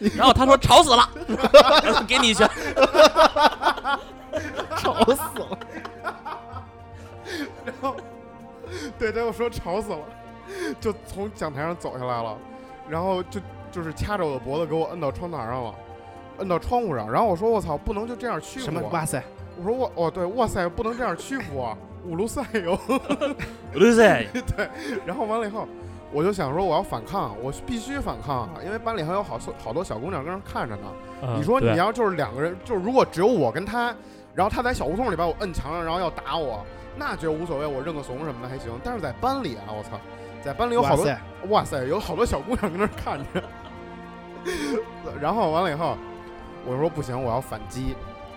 然后他说吵死了， 然后给你一拳。吵死了！对，他又说吵死了，就从讲台上走下来了，然后就就是掐着我的脖子给我摁到窗台上了，摁到窗户上。然后我说我操，不能就这样屈服什么我。哇塞？我说我哦对，哇塞，不能这样屈服啊，五路赛哟。对 对， 然后完了以后，我就想说我要反抗，我必须反抗啊，因为班里还有好好多小姑娘跟人看着呢。嗯你说对你要就是两个人，就是如果只有我跟他，然后他在小胡同里把我摁墙上，然后要打我，那觉得无所谓，我认个怂什么的还行。但是在班里啊，我操，在班里有好哇多塞！哇塞，有好多小姑娘跟那儿看着。然后完了以后，我说不行，我要反击，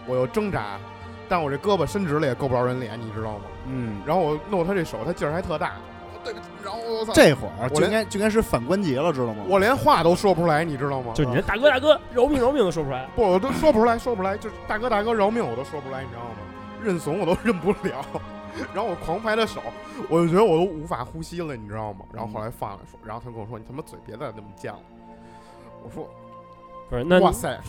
我又挣扎，但我这胳膊伸直了也够不着人脸，你知道吗？嗯，然后我弄他这手，他劲儿还特大，我对不起，然后我操，这会儿啊我就连应该就应该是反关节了，知道吗？我连话都说不出来，你知道吗？就你这大哥大哥，饶命饶命都说不出来。不，我都说不出来，说不出来，就是大哥大哥饶命，我都说不出来，你知道吗？认怂我都 认不了，然后我狂拍他手，我就觉得我都无法呼吸了，你知道吗？然后后来放了说，然后他跟我说：“你他妈嘴别再那么犟了。”我说 不是，那：“哇塞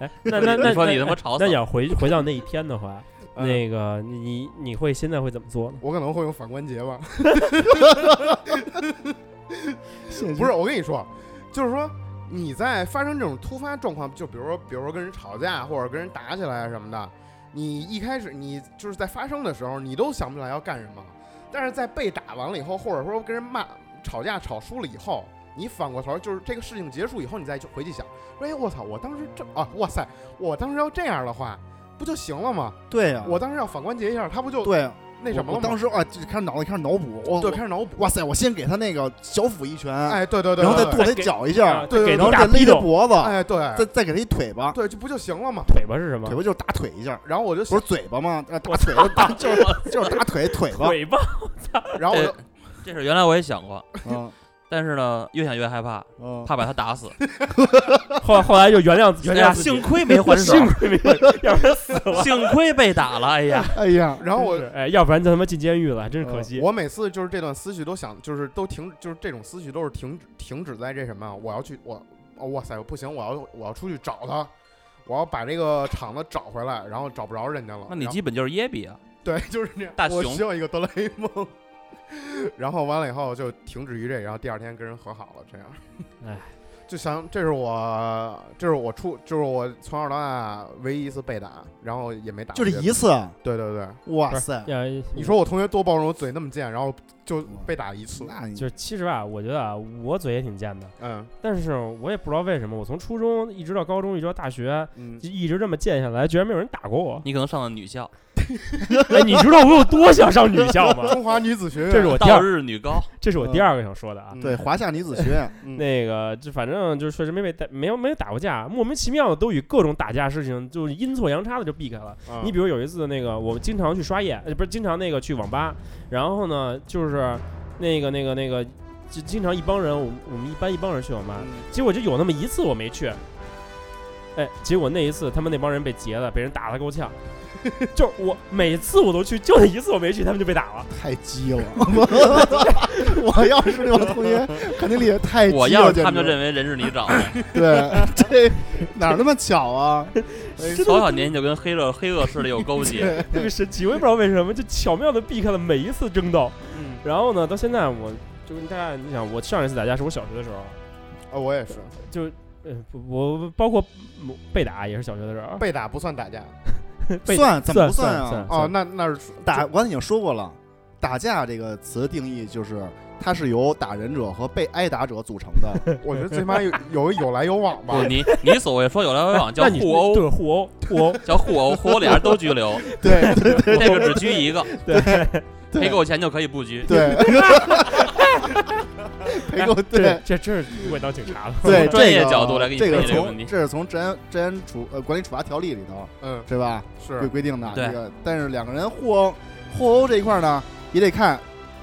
哎，那那那 你说你那他妈吵死那你了，要回回到那一天的话，！”嗯那个你你你会现在会怎么做呢？我可能会用反关节吧，现不是，我跟你说，就是说你在发生这种突发状况，就比如说，比如说跟人吵架或者跟人打起来什么的，你一开始你就是在发生的时候，你都想不起来要干什么，但是在被打完了以后，或者说跟人骂吵架吵输了以后。你反过头儿，就是这个事情结束以后，你再去回去想，说哎，我操，我当时这啊，哇塞，我当时要这样的话，不就行了吗？对呀，我当时要反关节一下，他不就对啊那什么我了当吗？时啊，就开始脑袋开始脑补，我对，开始脑补。哇塞，我先给他那个小腹一拳，哎，对对对，然后再对跺他脚一下，对对给然后你再大勒逼他斗，脖子，哎，对，再再给他一腿巴，对，这不就行了吗？腿巴是什么腿？巴就是打腿一下，然后我就不想，是嘴巴吗？啊打腿打就是就是打腿腿巴，腿巴。然后我就对这事原来我也想过，嗯但是呢，越想越害怕，嗯，怕把他打死。 后后来就原谅哎原呀，谅自己幸亏没还手， 幸亏没还，要不然死了。幸亏被打了。哎 呀，哎呀，然后我是哎，要不然就他妈进监狱了，真是可惜。嗯我每次就是这段思绪都想，就是都停，就是这种思绪都是停止停止在这什么啊？我要去，我哦哇塞，不行，我要我要出去找他，我要把这个厂子找回来，然后找不着人家了。那你然后基本就是耶比啊， 对，就是这样。大我熊。需要一个哆啦 A 梦。 然后完了以后就停止于这，然后第二天跟人和好了，这样。唉， 就想这是我，这是我出，就是我从小到大唯一一次被打，然后也没打。就这一。次，啊对对对，哇塞！要你说我同学多包容，我嘴那么贱，然后就被打一次。那你就是其实吧，我觉得啊，我嘴也挺贱的，嗯但是我也不知道为什么，我从初中一直到高中，一直到大学，嗯，就一直这么贱下来，居然没有人打过我 你可能上了女校，哎，你知道我有多想上女校 吗？中华女子 学院。这是我哎第到二，日女高，这是我第二个想说的啊。啊嗯对华夏女子学院，嗯那个，这反正就是确实没被打，没有没有打过架，莫名其妙的都与各种打架事情就是阴错阳差的就避开了。嗯你比如有一次那个，我们经常去刷夜，呃，不是经常那个去网吧，然后呢，就是那个那个那个，就经常一帮人，我们我们一般一帮人去网吧，结果就有那么一次我没去，哎，结果那一次他们那帮人被劫了，被人打得够呛。就我每次我都去，就那一次我没去，他们就被打了。太鸡了！我要是那帮同学，肯定里面太鸡了。我要是他们哎简就直认为人是你找的，对，这哪儿那么巧啊？从小年纪就跟黑恶黑恶势力有勾 哎结，特别神奇，我也不知道为什么，就巧妙的避开了每一次争斗。嗯，然后呢，到现在我就大概你想，我上一次打架是我小学的时候，啊，我也是就呃不我包括嗯被打也是小学的时候，被打不算打架被算怎么不算啊？哦，那那是 打，我刚才已经说过了，打架这个词的定义就是，它是由打人者和被挨打者组成 的。我觉得最起码 有有有来有往吧不，。你你所谓说有来有往叫那你互殴，对互殴互 殴，叫互殴，互殴俩人都拘留， 对对这个只拘一个，对赔给我钱就可以不拘。对， 赔给我对 这。这这是我当警察了。对专业这个角度来给你这个分析这个问从题这是从治安治安处呃管理处罚条例里头嗯，是吧规是规定的对这个，但是两个人互殴互殴这一块呢，也得看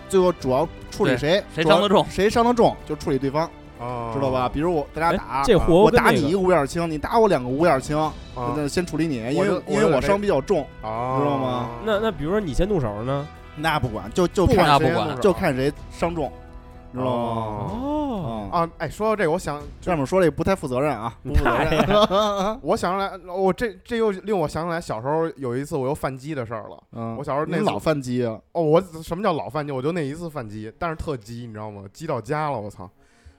最后主要处理对谁谁主要伤得重谁伤得重就处理对方，哦知道吧？？比如我咱哎俩打，这互我殴跟打那你一个个五眼青，你打我两个五眼青，啊那先处理你，因我为就因我就为我得伤比较重，啊，知道吗？那那比如说你先动手呢？那不管就就不看管那谁不先管动就手看谁伤重，知道吗？哦哦，啊，啊！哎，说到这个，我想这么说这不太负责任啊，不负责太任。 我想起来，我这这又令我想起来小时候有一次我又犯鸡的事儿了。嗯，我小时候那你次老犯鸡啊，哦，我什么叫老犯鸡？我就那一次犯鸡，但是特鸡，你知道吗？鸡到家了，我操！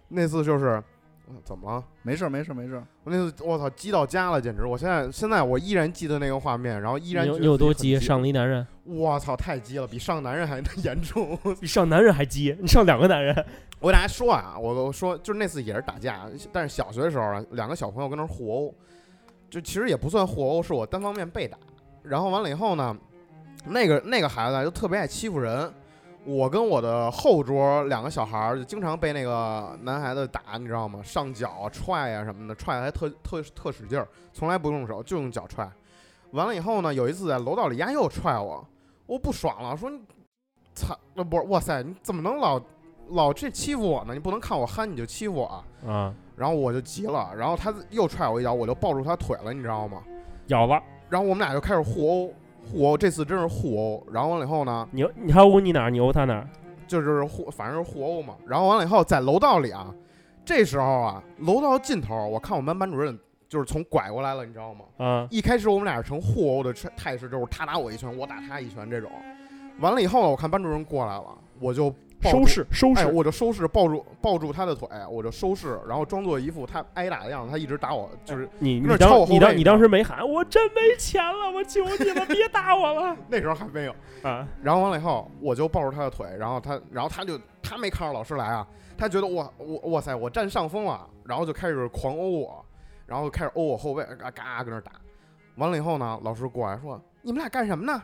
那次就是呃怎么了？没事儿没事儿没事儿，我那次我操，鸡到家了，简直！我现在现在我依然记得那个画面，然后依你然觉有得你有自己多很急？上了一男人，我操，太鸡了，比上男人还 严重。比 上男人还急，你上两个男人。我给大家说啊，我我说就是那次也是打架，但是小学的时候啊，两个小朋友跟那儿互殴，就其实也不算互殴，是我单方面被打。然后完了以后呢，那个那个孩子啊就特别爱欺负人，我跟我的后桌两个小孩儿就经常被那个男孩子打，你知道吗？上脚啊踹啊什么的，踹的还特特特使劲儿，从来不用手，就用脚踹。完了以后呢，有一次在楼道里，丫又踹我，我不爽了，说你，操，呃不是，哇塞，你怎么能老老这欺负我呢？你不能看我憨你就欺负我啊！ 啊，然后我就急了，然后他又踹我一脚，我就抱住他腿了，你知道吗？咬了然后我们俩就开始互殴，互殴，这次真是互殴。然后完了以后呢，你，你还殴你哪儿？你殴他哪儿？就是互，反正是互殴嘛。然后完了以后，在楼道里啊，这时候啊，楼道尽头，我看我们班班主任就是从拐过来了，你知道吗？啊，一开始我们俩是成互殴的态态势，就是他打我一拳，我打他一拳这种。完了以后呢，我看班主任过来了，我就抱住收拾收哎，拾，我就收拾，抱住抱住他的腿，我就收拾，然后装作一副他挨打的样子，他一直打我，就是你有你点超我当后你背当你你知道当时没喊，我真没钱了，我求你了，别打我 了那时候还没有。啊！然后完了以后，我就抱住他的腿，然后他，然后他就他没看着老师来啊，他觉得我我哇塞，我占上风了，然后就开始狂殴我，然后开始殴我后背，嘎嘎跟那打。完了以后呢，老师过来说：“你们俩干什么呢？”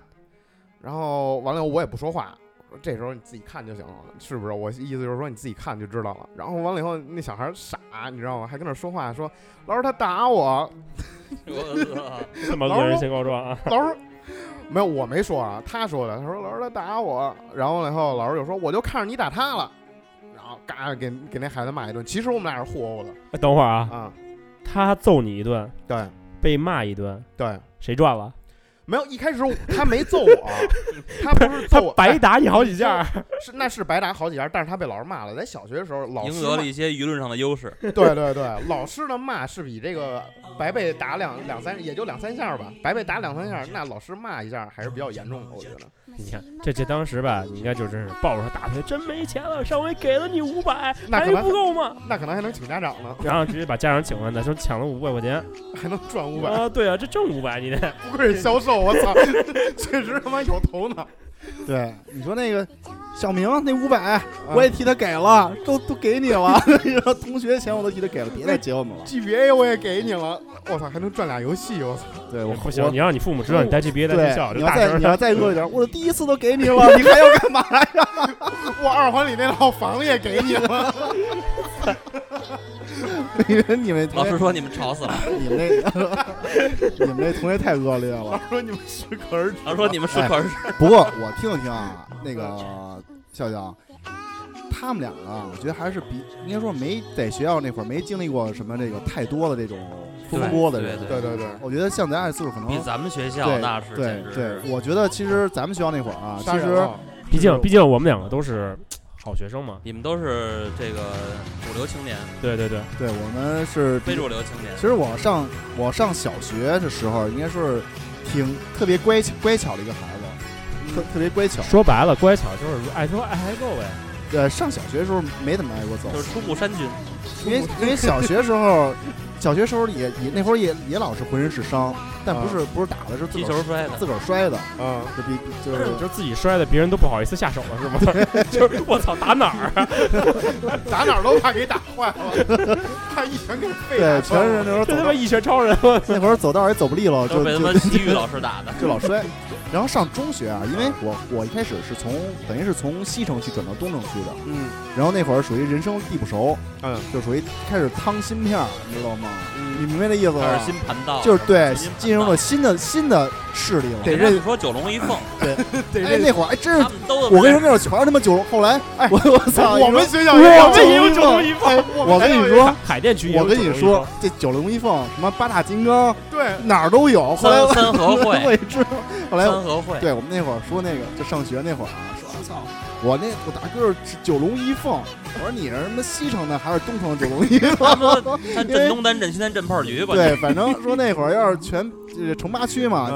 然后完了我也不说话，这时候你自己看就行了，是不是？我意思就是说你自己看就知道了。然后完了以后，那小孩傻，你知道吗？还跟那说话说：“老师他打我。” 我操他妈恶人先告状啊！老师没有，我没说啊，他说的。他说老师他打我，然后然后老师就说我就看着你打他了，然后嘎给给那孩子骂一顿。其实我们俩是互殴的哎等会儿啊，啊、他揍你一顿，对被骂一顿，对，谁赚了？没有，一开始他没揍 我，他不是揍他我，白哎打你好几下，是那是白打好几下，但是他被老师骂了。在小学的时候，老赢师得骂了一些舆论上的优势。对对对，老师的骂是比这个白被打两两三，也就两三下吧，白被打两三下，那老师骂一下还是比较严重的，我觉得。你看这这当时吧，你应该就真是抱着他打他，真没钱了，上回给了你五百，那还可能不够吗？那可能还能请家长呢，然后直接把家长请过来，说抢了五百块钱还能赚五百，啊，对啊，这挣五百，你得不愧是销售，我操， 确实他妈有头脑。对，你说那个小明那五百，我也替他给了，都都给你了， 然后同学钱我都替他给了，别再结我们了。 GBA 我也给你了，哦我操，还能赚俩游戏，我操，对我不行，你让你父母知道你带 GBA 在学校，对，你就要大再声你要再恶一点，我的第一次都给你了，你还要干嘛呀？ 我二环里那套房也给你了。你们你们老师说你们吵死了， 你们那你们那同学太恶劣了。说你们适可而止。老师说你们哎顺口而止。不过我听了听啊，那个笑笑，他们两个啊，我觉得还是比应该说没在学校那会儿没经历过什么这个太多的这种风波的人。对对对对，我觉得像咱爱次数可能比咱们学校对那是简对直是对，我觉得其实咱们学校那会儿啊，其杀人实了毕竟毕竟我们两个都是好学生嘛，你们都是这个主流青年、对对对，对我们是非主流青年其。实我上我上小学的时候，应该说是挺特别乖巧乖巧的一个孩子，嗯特特别乖巧。说白了，乖巧就是爱说爱还够呗，呃，上小学的时候没怎么挨过揍就，是初步山军，因为因为小学时候，小学时候也也那会儿也也老是浑身是伤，但不是不是打的，是自啊踢个球儿摔的，自个儿摔的，啊！就比比就是就是自己摔的，别人都不好意思下手了，是吗？ 就是我操，打哪儿啊？ 打哪儿都怕给打坏了， 怕一拳给废 对，了。全是那会儿走这他 妈道一拳超人，我操！那会儿走道儿也走不利落，都就是被 就他妈体育老师打的。就老摔。然后上中学啊，因为我我一开始是从等于是从西城区转到东城区的，嗯然后那会儿属于人生地不熟，嗯，就属于开始趟新片儿，你知道吗？你嗯，明白那意思开始吗？新盘道，就是对新盘道进入了新的新的势力了。得人家认说九龙 一凤，对哎，那会儿哎，真是他们都我跟你说，那会儿全是他妈九龙。后来，哎，我我操，我们学校我也们也有九龙一凤，有，我跟你说，海淀区也有我跟你九龙一凤说，，这九龙一凤什么八大金刚对，哪儿都有。后来三我三合我会，也知道，后来三合会，对我们那会儿说那个，就上学那会儿啊，说我操，我那我大哥是九龙一凤，我说你是什么西城的还是东城的九龙一 他凤？们他镇东单、镇西单、镇炮局吧，对，反正说那会儿要是全这个城八区嘛，